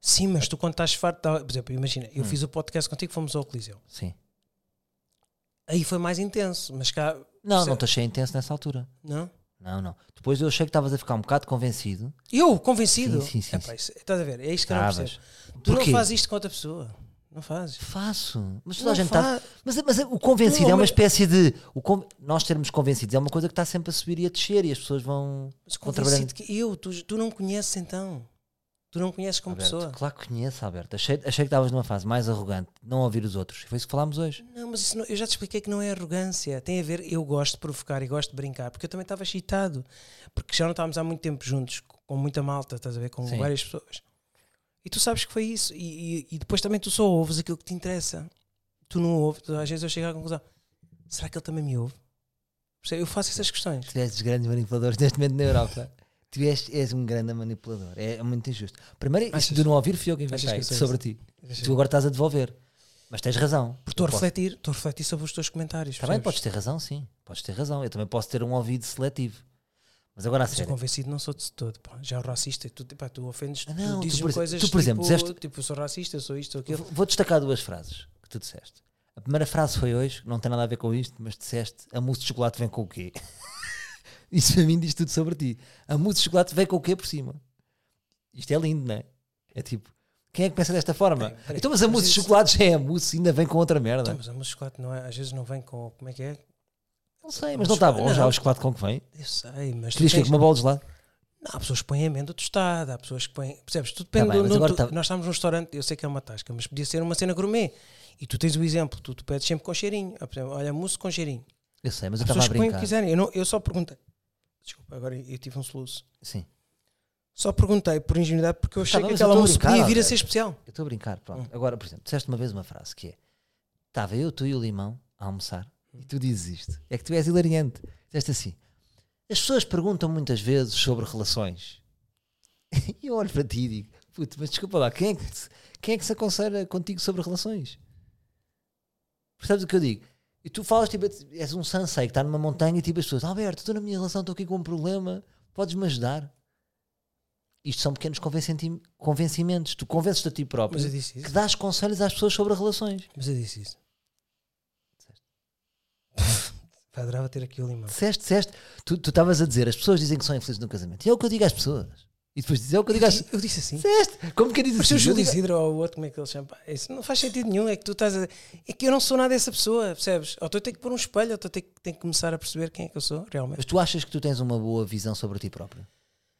S2: Sim, mas tu quando estás farto. tá- Por exemplo, imagina, eu fiz o podcast contigo, fomos ao Coliseu.
S1: Sim.
S2: Aí foi mais intenso, mas cá.
S1: Não, não
S2: percebes?
S1: te achei intenso nessa altura.
S2: Não?
S1: Não, não. Depois eu achei que estavas a ficar um bocado convencido.
S2: Eu, convencido.
S1: Sim, sim, sim,
S2: Epá,
S1: sim.
S2: isso- estás a ver? É isto que eu não
S1: Estavas.
S2: percebo. Tu
S1: Porquê?
S2: não fazes isto com outra pessoa. Não fazes.
S1: Faço. Mas toda a
S2: Não
S1: gente está.
S2: faz.
S1: Mas, mas o convencido
S2: Não,
S1: é uma
S2: mas-
S1: espécie de. O con- Nós sermos convencidos é uma coisa que está sempre a subir e a descer e as pessoas vão.
S2: Mas
S1: vão trabalhando.
S2: convencido que eu, tu, tu não me conheces então. Tu não me conheces como
S1: Alberto,
S2: pessoa.
S1: Claro que conheço, Alberto. Achei, achei que estavas numa fase mais arrogante, não ouvir os outros. Foi isso que falámos hoje.
S2: Não, mas isso não- eu já te expliquei que não é arrogância. Tem a ver, eu gosto de provocar e gosto de brincar, porque eu também estava excitado. Porque já não estávamos há muito tempo juntos, co- com muita malta, estás a ver? Com
S1: Sim.
S2: várias pessoas. E tu sabes que foi isso. E, e- e depois também tu só ouves aquilo que te interessa. Tu não ouves. tu- às vezes eu chego à conclusão: será que ele também me ouve? Percebe? Eu faço essas questões.
S1: Tu és dos grandes manipuladores neste momento na Europa. tu és, és um grande manipulador. É muito injusto. Primeiro, isso
S2: Achas-
S1: de não ouvir fui eu que
S2: achas que
S1: inventei
S2: eu sou
S1: sobre ti. Tu agora estás a devolver. Mas tens razão.
S2: Porque estou a
S1: Eu posso- Tá
S2: refletir, estou a refletir sobre os teus comentários.
S1: Também
S2: percebes?
S1: podes ter razão, sim. Podes ter razão. Eu também posso ter um ouvido seletivo. Mas agora a
S2: Mas eu
S1: sério.
S2: convencido não sou de todo. pá. Já o racista, tu, pá, tu ofendes,
S1: Ah, não, tu,
S2: tu dizes
S1: por exe-
S2: coisas
S1: tu, por exemplo,
S2: tipo,
S1: disseste-
S2: tipo, eu sou racista, eu sou isto, sou
S1: Eu
S2: aquilo.
S1: vou- Vou destacar duas frases que tu disseste. A primeira frase foi hoje, que não tem nada a ver com isto, mas disseste: a mousse de chocolate vem com o quê? Isso para mim diz tudo sobre ti. A mousse de chocolate vem com o quê por cima? Isto é lindo, não é? É tipo, quem é que pensa desta forma?
S2: Peraí, peraí,
S1: então, mas a
S2: mas
S1: mousse de
S2: isso-
S1: chocolate já é a mousse e ainda vem com outra merda.
S2: Então, mas a mousse de chocolate não é, às vezes não vem com. Como é que é?
S1: não sei, mas não está bom
S2: Não.
S1: já o chocolate com que vem.
S2: Eu sei, mas. Tu
S1: Querias que
S2: tens,
S1: com uma bola de gelado?
S2: não, há pessoas que põem amêndoa tostada, há pessoas que põem. Percebes? Tudo depende
S1: bem,
S2: de
S1: mas
S2: onde
S1: agora
S2: tu-
S1: tá-
S2: Nós estamos num restaurante, eu sei que é uma tasca, mas podia ser uma cena gourmet. E tu tens o exemplo, tu, tu pedes sempre com cheirinho. Ah, por exemplo, Olha, mousse com cheirinho.
S1: Eu sei, mas eu
S2: As
S1: estava
S2: pessoas
S1: a
S2: que põem o que
S1: brincar.
S2: quiserem. Eu, não, eu só perguntei. Desculpa, agora eu tive um soluço.
S1: Sim,
S2: Só perguntei por ingenuidade porque eu achei
S1: Tá bem,
S2: que
S1: mas eu
S2: aquela
S1: estou a
S2: mousse
S1: brincar,
S2: podia vir a
S1: Alberto.
S2: ser especial.
S1: eu estou a brincar.
S2: Hum.
S1: Pronto. Agora, por exemplo, disseste uma vez uma frase que é: estava eu, tu e o limão a almoçar e tu dizes isto. É que tu és hilariante. Disseste assim: as pessoas perguntam muitas vezes sobre relações. E eu olho para ti e digo: puto, mas desculpa lá, quem é que, te- quem é que se aconselha contigo sobre relações? Percebes o que eu digo? E tu falas, tipo, és um sansei que está numa montanha e tipo as pessoas: Alberto, estou na minha relação, estou aqui com um problema, podes-me ajudar? Isto são pequenos convencenti- convencimentos. Tu convences-te a ti próprio
S2: Mas eu disse isso.
S1: que dás conselhos às pessoas sobre relações.
S2: Mas eu disse isso. Pá, adorava ter aqui o limão.
S1: Disseste, disseste. Tu tu estavas a dizer, as pessoas dizem que são infelizes no casamento. E é o que eu digo às pessoas. E depois dizes, é o que eu digo às
S2: Eu disse assim.
S1: Disseste. Como que diz
S2: O
S1: assim?
S2: seu
S1: eu
S2: Júlio
S1: digo-
S2: Isidro ou o outro, como é que ele chama? Pá, Isso não faz sentido nenhum. É que tu estás a. É que eu não sou nada dessa pessoa, percebes? Ou tu tenho que pôr um espelho, ou tu tenho que, tenho que começar a perceber quem é que eu sou, realmente.
S1: Mas tu achas que tu tens uma boa visão sobre ti próprio?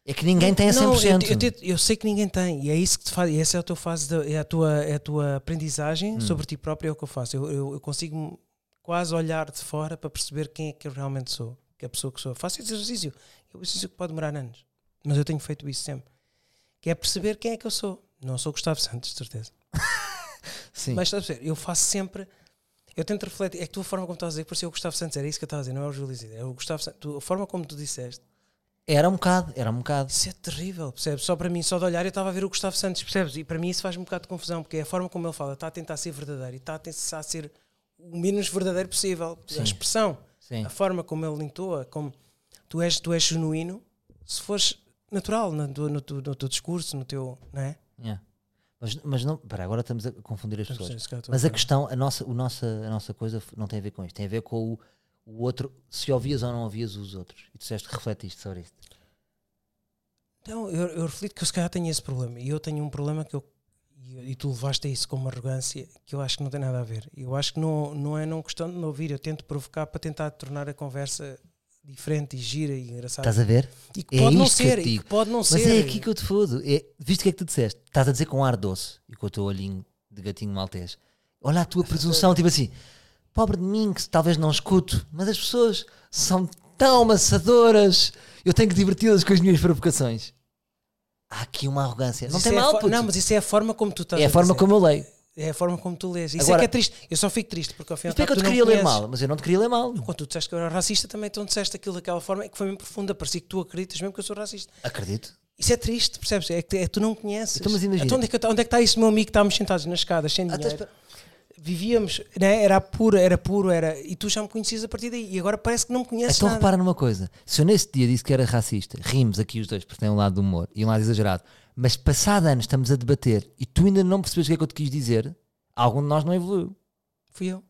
S1: É que ninguém tem a 100%.
S2: Não, eu, eu tento- eu sei que ninguém tem, e é isso que te faz, e essa é a tua fase, de- é, a tua, é a tua aprendizagem sobre ti próprio, é o que eu faço. Eu, eu, eu consigo quase olhar de fora para perceber quem é que eu realmente sou, que é a pessoa que sou. Faço esse exercício, é um exercício que pode demorar anos, mas eu tenho feito isso sempre, que é perceber quem é que eu sou. Não sou Gustavo Santos, de certeza.
S1: Sim.
S2: Mas estás a perceber? Eu faço sempre. Eu tento refletir. É que tu, a forma como estás a dizer, por isso é o Gustavo Santos, era isso que eu estava a dizer, não é o Júlio Isidro. É o Gustavo Santos. Tu- a forma como tu disseste,
S1: Era um bocado, era um bocado.
S2: isso é terrível, percebes? Só para mim, só de olhar, eu estava a ver o Gustavo Santos, percebes? E para mim isso faz-me um bocado de confusão, porque é a forma como ele fala, está a tentar ser verdadeiro e está a tentar ser o menos verdadeiro possível. A expressão,
S1: Sim.
S2: a forma como ele entoa, como tu és, tu és genuíno, se fores natural na tua- no, teu- no teu discurso, no teu. Não é?
S1: Yeah. Mas, mas não, para agora estamos a confundir as
S2: Não sei
S1: pessoas.
S2: se calhar estou
S1: Mas a
S2: falar.
S1: questão, a nossa, o nossa, a nossa coisa f- não tem a ver com isto, tem a ver com o, o outro, se ouvias ou não ouvias os outros. E tu disseste, refletiste sobre isto.
S2: Então, eu, eu reflito que eu se calhar tenho esse problema. E eu tenho um problema que eu. E, e tu levaste a isso com uma arrogância que eu acho que não tem nada a ver. Eu acho que não, não é não questão de me ouvir. Eu tento provocar para tentar tornar a conversa diferente e gira e engraçada.
S1: Estás a ver?
S2: E que
S1: É
S2: pode não
S1: isto que eu
S2: ser.
S1: te
S2: E que
S1: digo.
S2: pode não
S1: Mas
S2: ser.
S1: é aqui que eu te fodo. É, viste o que é que tu disseste? Estás a dizer com ar doce e com o teu olhinho de gatinho maltês. Olha a tua presunção, tipo assim, pobre de mim que talvez não escuto, mas as pessoas são tão amassadoras. Eu tenho que diverti-las com as minhas provocações. Há aqui uma arrogância.
S2: Mas
S1: não
S2: isso
S1: tem
S2: é a
S1: mal,
S2: fo-
S1: puto.
S2: Não, mas isso é a forma como tu estás
S1: é a forma
S2: dizer.
S1: como eu leio.
S2: É a forma como tu lês. Isso
S1: Agora-
S2: é que é triste. Eu só fico triste porque ao final.
S1: Mas porquê é que eu te queria ler mal? Mas eu não te queria ler mal.
S2: Quando tu disseste que eu era racista, também tu disseste aquilo daquela forma é que foi mesmo profunda. Parecia que tu acreditas mesmo que eu sou racista.
S1: Acredito.
S2: Isso é triste, percebes? É que é que tu não conheces.
S1: Então, mas imagina.
S2: Então, onde, é que, eu- onde é que está esse meu amigo que estávamos sentados nas escadas, sem
S1: Ah,
S2: dinheiro?
S1: estás per-
S2: Vivíamos, né? era puro, era puro, era. E tu já me conhecias a partir daí. E agora parece que não me conheces.
S1: Então
S2: nada.
S1: repara numa coisa: se eu nesse dia disse que era racista, rimos aqui os dois, porque tem um lado do humor e um lado exagerado, mas passado anos estamos a debater e tu ainda não percebes o que é que eu te quis dizer, algum de nós não evoluiu.
S2: Fui eu.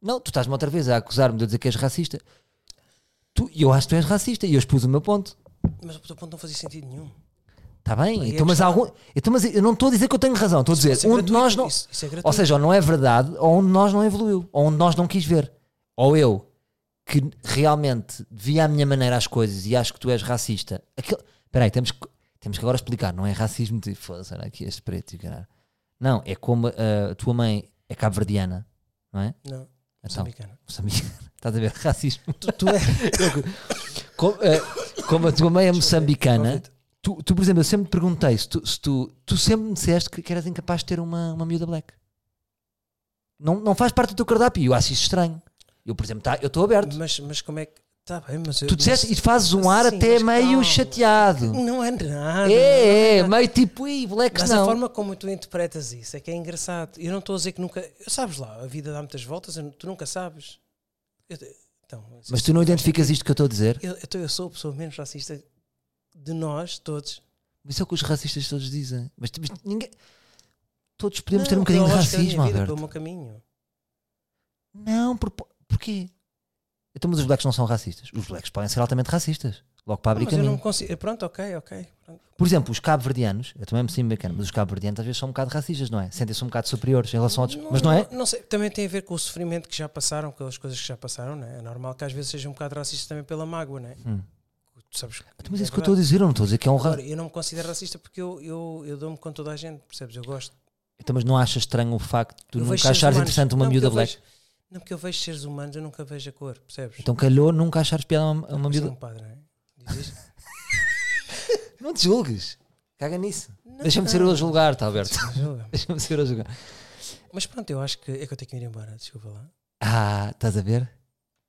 S1: Não, tu estás-me outra vez a acusar-me de eu dizer que és racista. Tu, e eu acho que tu és racista e eu expus o meu ponto.
S2: Mas o teu ponto não fazia sentido nenhum.
S1: Está bem?
S2: Aí é
S1: Então, mas
S2: que está.
S1: algum, então, mas eu não estou a dizer que eu tenho razão, estou a dizer
S2: Isso é
S1: um de
S2: gratuito,
S1: nós não.
S2: Isso, isso é gratuito.
S1: Ou seja, ou não é verdade, ou onde nós não evoluiu, ou onde nós não quis ver. Ou eu, que realmente via a minha maneira as coisas e acho que tu és racista. Aquilo... Espera aí, temos que, temos que agora explicar. Não é racismo de foda-se, olha aqui este preto e o caralho. Não, é como ah, a tua mãe é cabo-verdiana, não é?
S2: não,
S1: Então,
S2: moçambicana.
S1: moçambicana. Estás a ver? Racismo.
S2: Tu, tu é.
S1: Como, ah, como a tua mãe é moçambicana,
S2: Covid.
S1: tu, tu, por exemplo, eu sempre te perguntei se tu, se tu, tu sempre me disseste que, que eras incapaz de ter uma, uma miúda black. Não, não faz parte do teu cardápio. e Eu acho isso estranho. Eu, por exemplo, tá, eu estou aberto.
S2: Mas, mas como é que. Está bem, mas. eu-
S1: tu disseste
S2: mas-
S1: e fazes um ar
S2: Sim,
S1: até
S2: mas
S1: meio
S2: calma.
S1: chateado.
S2: Não é nada.
S1: É, é, meio tipo, ih, blacks
S2: Mas
S1: não.
S2: a forma como tu interpretas isso é que é engraçado. Eu não estou a dizer que nunca. Sabes lá, a vida dá muitas voltas, eu não- tu nunca sabes. Eu te- então,
S1: Mas tu não identificas isto que eu estou a dizer?
S2: Eu, então eu sou a pessoa menos racista de nós todos.
S1: Isso é o que os racistas todos dizem. Mas, mas ninguém. Todos podemos ter um
S2: Não,
S1: bocadinho de
S2: eu acho que é a minha
S1: racismo,
S2: vida
S1: Alberto.
S2: pelo meu caminho.
S1: Não, por, porquê? Então, mas os blacks não são racistas. Os blacks podem ser altamente racistas. Logo para abrir
S2: Mas eu não
S1: caminho.
S2: me consigo. Pronto, ok, ok. pronto.
S1: Por exemplo, os cabo-verdianos, eu também me sinto bacana, mas os cabo-verdianos às vezes são um bocado racistas, não é? Sentem-se um bocado superiores em relação a outros. mas não é?
S2: Não, sei, também tem a ver com o sofrimento que já passaram, com as coisas que já passaram, né? É normal que às vezes seja um bocado racista também pela mágoa, né?
S1: Hum.
S2: Tu sabes.
S1: Mas é isso que eu estou a dizer, eu não estou a dizer que é um ra...
S2: Agora, eu não me considero racista porque eu, eu, eu dou-me com toda a gente, percebes? Eu gosto.
S1: Então, mas não achas estranho o facto de tu
S2: Eu vejo
S1: nunca
S2: seres
S1: achares
S2: humanos.
S1: interessante uma
S2: Não,
S1: miúda
S2: porque eu
S1: black?
S2: vejo- não, porque eu vejo seres humanos, eu nunca vejo a cor, percebes?
S1: Então calhou nunca achares piada a uma, a uma
S2: Eu sou
S1: miúda.
S2: um padre, não é? Diz isto?
S1: Não te julgues. Caga nisso.
S2: Não,
S1: Deixa-me ser eu a julgar, tá, Alberto?
S2: julga.
S1: Deixa-me ser eu a julgar.
S2: Mas pronto, eu acho que é que eu tenho que ir embora, desculpa lá.
S1: Ah, estás a ver?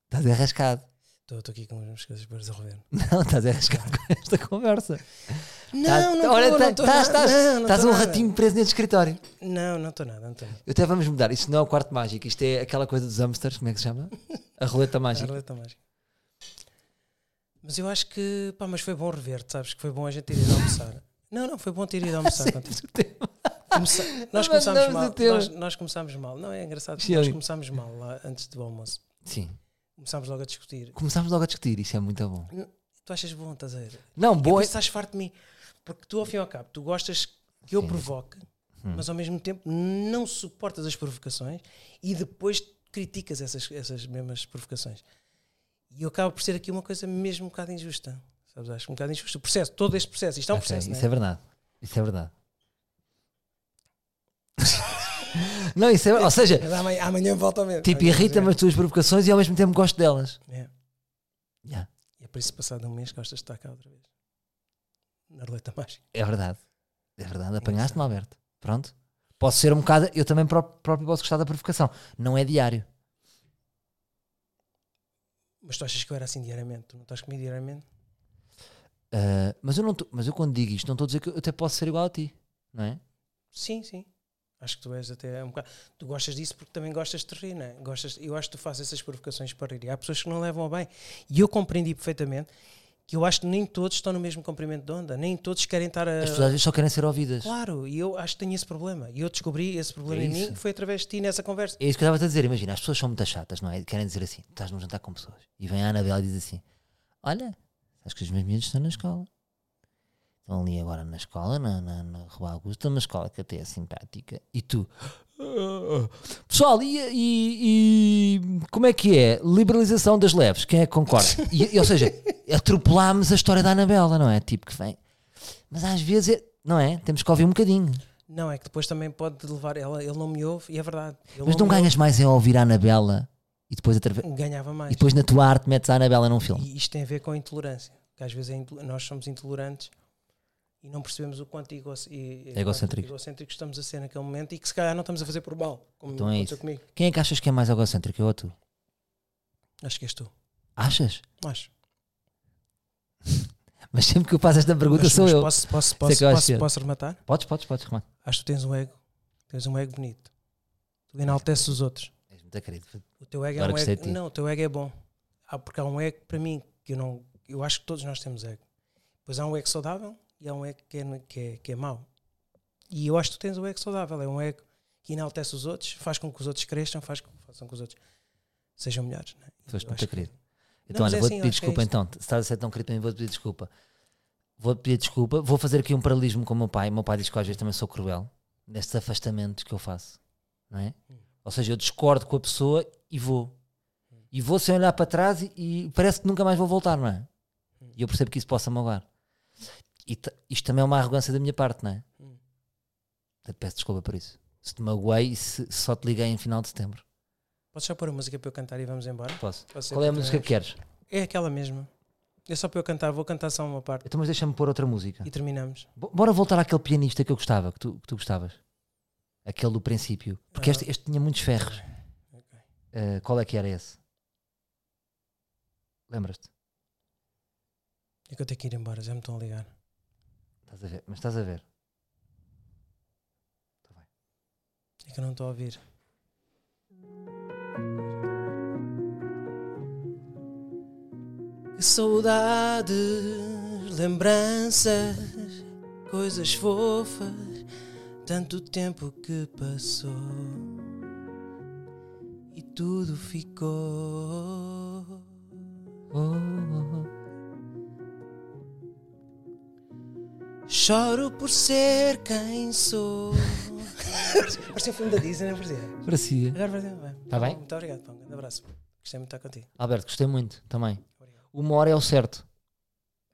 S1: Estás arrascado.
S2: Estou estou aqui com umas coisas para resolver.
S1: Não, estás arrascado com esta conversa.
S2: Não, não
S1: olha,
S2: estou,
S1: tá-
S2: não estou
S1: estás,
S2: nada.
S1: estás,
S2: Não, não
S1: estás
S2: estou
S1: um
S2: nada.
S1: ratinho preso nesse escritório.
S2: Não, não estou nada, não estou nada.
S1: Eu até vamos mudar. Isto não é o quarto mágico. Isto é aquela coisa dos hamsters. Como é que se chama? A roleta
S2: A
S1: mágica.
S2: roleta mágica. Tá, Mas eu acho que, pá, mas foi bom rever-te, sabes? Que foi bom a gente ter ido almoçar. Não, não, foi bom ter ido almoçar contigo. Começa-
S1: Abandonamos
S2: Nós começámos
S1: o
S2: mal.
S1: tema.
S2: Nós, nós começámos mal. Não, é engraçado.
S1: Sim,
S2: Nós
S1: olha.
S2: começámos mal lá antes do almoço.
S1: Sim.
S2: Começámos logo a discutir.
S1: Começámos logo a discutir, isso é muito bom.
S2: Tu achas bom, estás a ver?
S1: Não,
S2: Boa.
S1: boa.
S2: Depois estás farto de mim. Porque tu, ao fim e ao cabo, tu gostas que eu
S1: Sim. Hum.
S2: provoque, mas ao mesmo tempo não suportas as provocações e depois criticas essas, essas mesmas provocações. E eu acabo por ser aqui uma coisa mesmo um bocado injusta. Sabes? Acho um bocado injusto. O processo, todo este processo, isto é um
S1: Ok,
S2: processo.
S1: Isso
S2: Não
S1: é
S2: é?
S1: verdade. Isso é verdade. não, isso é. Ou seja,
S2: Mas amanhã, amanhã volta ao mesmo.
S1: tipo, irrita-me as tuas provocações e ao mesmo tempo gosto delas.
S2: É.
S1: Yeah,
S2: E é por isso que passado um mês gostas de estar cá outra vez. Na roleta mágica.
S1: é verdade. É verdade. Apanhaste-me, Alberto. Pronto. Posso ser um bocado. Eu também pró- próprio posso gostar da provocação. Não é diário.
S2: Mas tu achas que eu era assim diariamente? Tu não estás comigo diariamente?
S1: Ah, mas, eu não tô- mas eu quando digo isto, não estou a dizer que eu até posso ser igual a ti. Não é?
S2: Sim, sim. Acho que tu és até um bocado. Tu gostas disso porque também gostas de rir, não é? Gostas... Eu acho que tu fazes essas provocações para rir. E há pessoas que não levam a bem. E eu compreendi perfeitamente que eu acho que nem todos estão no mesmo comprimento de onda, nem todos querem estar a.
S1: As pessoas às vezes só querem ser ouvidas.
S2: Claro, e eu acho que tenho esse problema. E eu descobri esse problema
S1: É
S2: em mim
S1: isso.
S2: que foi através de ti nessa conversa.
S1: É isso que eu estava a dizer. Imagina, as pessoas são muito chatas, não é? Querem dizer assim: estás num jantar com pessoas. E vem a Anabela e diz assim: Olha, acho que os meus miúdos estão na escola. Estão ali agora na escola, na, na, na Rua Augusta, uma escola que até é simpática. E tu, "Ah, pessoal, e, e- e como é que é? Liberalização das leves, quem é que concorda? E, e, ou seja, atropelámos a história da Anabela, não é? Tipo que vem. Mas às vezes, é- não é? Temos que ouvir um bocadinho.
S2: Não, é que depois também pode levar. Ela, ele não me ouve, e é verdade. Ele
S1: Mas não
S2: me
S1: ganhas mais em ouvir a Anabela e depois através.
S2: ouve, ganhava mais.
S1: E depois na tua arte metes a Anabela num filme.
S2: E isto tem a ver com a intolerância. Que às vezes é intol- nós somos intolerantes e não percebemos o quanto ego- e- e-
S1: Egocêntricos.
S2: quanto egocêntricos estamos a ser naquele momento e que se calhar não estamos a fazer por mal. Como
S1: Então é
S2: aconteceu
S1: isso.
S2: comigo.
S1: Quem é que achas que é mais egocêntrico? Eu ou tu?
S2: Acho que és tu.
S1: Achas?
S2: Acho.
S1: Mas sempre que eu faço esta pergunta
S2: Mas-
S1: sou
S2: mas
S1: eu.
S2: Posso, posso,
S1: Sei
S2: posso,
S1: que eu acho
S2: posso,
S1: que-
S2: posso rematar?
S1: Podes, podes, podes, Romano.
S2: Acho que tu tens um ego. Tens um ego bonito. Tu enalteces os outros.
S1: És muito querido.
S2: O teu ego
S1: Agora
S2: é um
S1: gostei de
S2: ego.
S1: ti.
S2: Não, o teu ego é bom. Há, porque há um ego para mim que eu não. Eu acho que todos nós temos ego. Pois há um ego saudável e há um ego que é, que é, que é mau. E eu acho que tu tens o ego saudável. É um ego que enaltece os outros, faz com que os outros cresçam, faz com façam com que os outros sejam melhores. Né?
S1: Tu és
S2: Eu
S1: muito
S2: acho que-
S1: querido.
S2: Não,
S1: Então,
S2: mas
S1: olha,
S2: é
S1: vou-te
S2: assim, eu
S1: pedir
S2: acho que é
S1: desculpa.
S2: isto.
S1: então, se estás a ser tão querido para mim, vou-te pedir desculpa. Vou-te pedir desculpa. Vou fazer aqui um paralelismo com o meu pai. O meu pai diz que eu às vezes também sou cruel nestes afastamentos que eu faço. Não é? Ou seja, eu discordo com a pessoa e vou. E vou sem olhar para trás e, e parece que nunca mais vou voltar, não é? E eu percebo que isso possa magoar. E ta- isto também é uma arrogância da minha parte, não é?
S2: Hum.
S1: Portanto, peço desculpa por isso. Se te magoei e se se só te liguei em final de setembro.
S2: Podes só pôr a música para eu cantar e vamos embora?
S1: Posso?
S2: Pode ser
S1: Qual é a
S2: outra
S1: música que
S2: vez.
S1: queres?
S2: É aquela mesma. É só para eu cantar, vou cantar só uma parte
S1: Então, mas deixa-me pôr outra música.
S2: e terminamos.
S1: Bo- Bora voltar àquele pianista que eu gostava, que tu, que tu gostavas. Aquele do princípio. Porque
S2: Ah.
S1: este, este tinha muitos ferros. Eh, qual é que era esse? Lembras-te?
S2: É que eu tenho que ir embora, já me estão a ligar.
S1: Estás a ver? Mas estás a ver.
S2: É que eu não estou a ouvir. Que saudades, lembranças, coisas fofas, tanto tempo que passou e tudo ficou.
S1: Oh, oh,
S2: Choro por ser quem sou. Parecia um filme da Disney, não parecia?
S1: oh. Parecia.
S2: Agora parecia bem.
S1: Tá bem?
S2: Muito obrigado, pá. Um grande abraço. Gostei muito de estar contigo.
S1: Alberto, gostei muito também.
S2: Obrigado.
S1: Uma hora é o certo.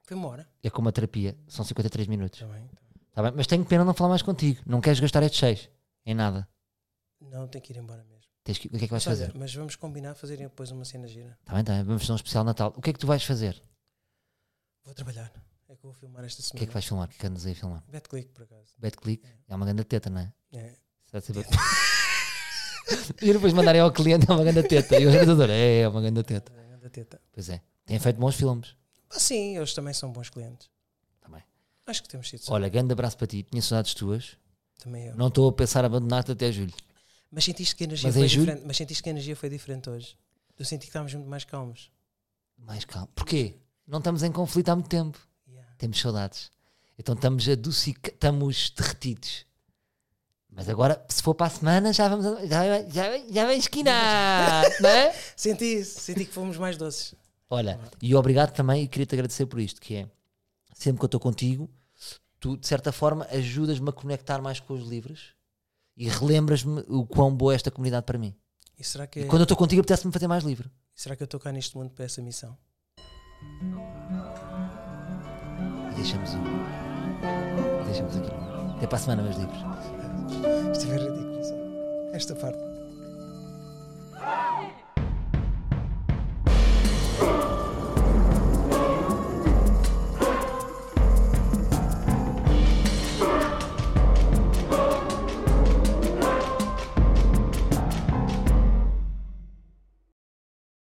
S2: Foi uma hora.
S1: É como a terapia. São 53 minutos.
S2: Tá bem.
S1: Tá bem? Mas tenho pena não falar mais contigo. Não queres gastar estes seis em nada.
S2: Não, tenho que ir embora mesmo.
S1: Tens que- o que é que vais
S2: Mas, olha,
S1: fazer?
S2: mas vamos combinar fazerem depois uma cena gira.
S1: Tá bem, tá bem. Vamos fazer um especial de Natal. O que é que tu vais fazer?
S2: Vou trabalhar. É que eu vou filmar esta
S1: O
S2: semana.
S1: que é que vais filmar? O que é que andas aí a filmar?
S2: Bet click, por acaso.
S1: Bad Click? É uma grande teta, não é?
S2: É.
S1: Será que você- E depois mandarem ao cliente é uma grande teta. E o realizador, é, é uma grande teta.
S2: Da teta.
S1: Pois é, têm feito bons filmes.
S2: Ah, sim, eles também são bons clientes.
S1: Tá bem.
S2: Acho que temos sido só.
S1: Olha, grande abraço para ti, tinha saudades tuas.
S2: Também eu.
S1: Não estou a pensar em abandonar-te até julho.
S2: Mas sentiste que a energia
S1: Mas em
S2: foi
S1: julho-
S2: diferente. Mas sentiste que a energia foi diferente hoje. Eu senti que estávamos muito mais calmos.
S1: Mais calmo. Porquê? Não estamos em conflito há muito tempo.
S2: Yeah.
S1: Temos saudades. Então estamos adocicados, estamos derretidos. Mas agora, se for para a semana, já vamos. a- Já, vai- já, vai- já vai esquinar, não é?
S2: Senti isso, senti que fomos mais doces.
S1: Olha, e obrigado também, e queria-te agradecer por isto, que é sempre que eu estou contigo, tu de certa forma ajudas-me a conectar mais com os livros e relembras-me o quão boa é esta comunidade para mim.
S2: E será que,
S1: E quando eu estou contigo, apetece-me fazer mais livro.
S2: será que eu estou cá neste mundo para essa missão?
S1: E deixamos o. E deixamos aqui. Até para a semana, meus livros.
S2: Isto é ridículo. só. Esta parte.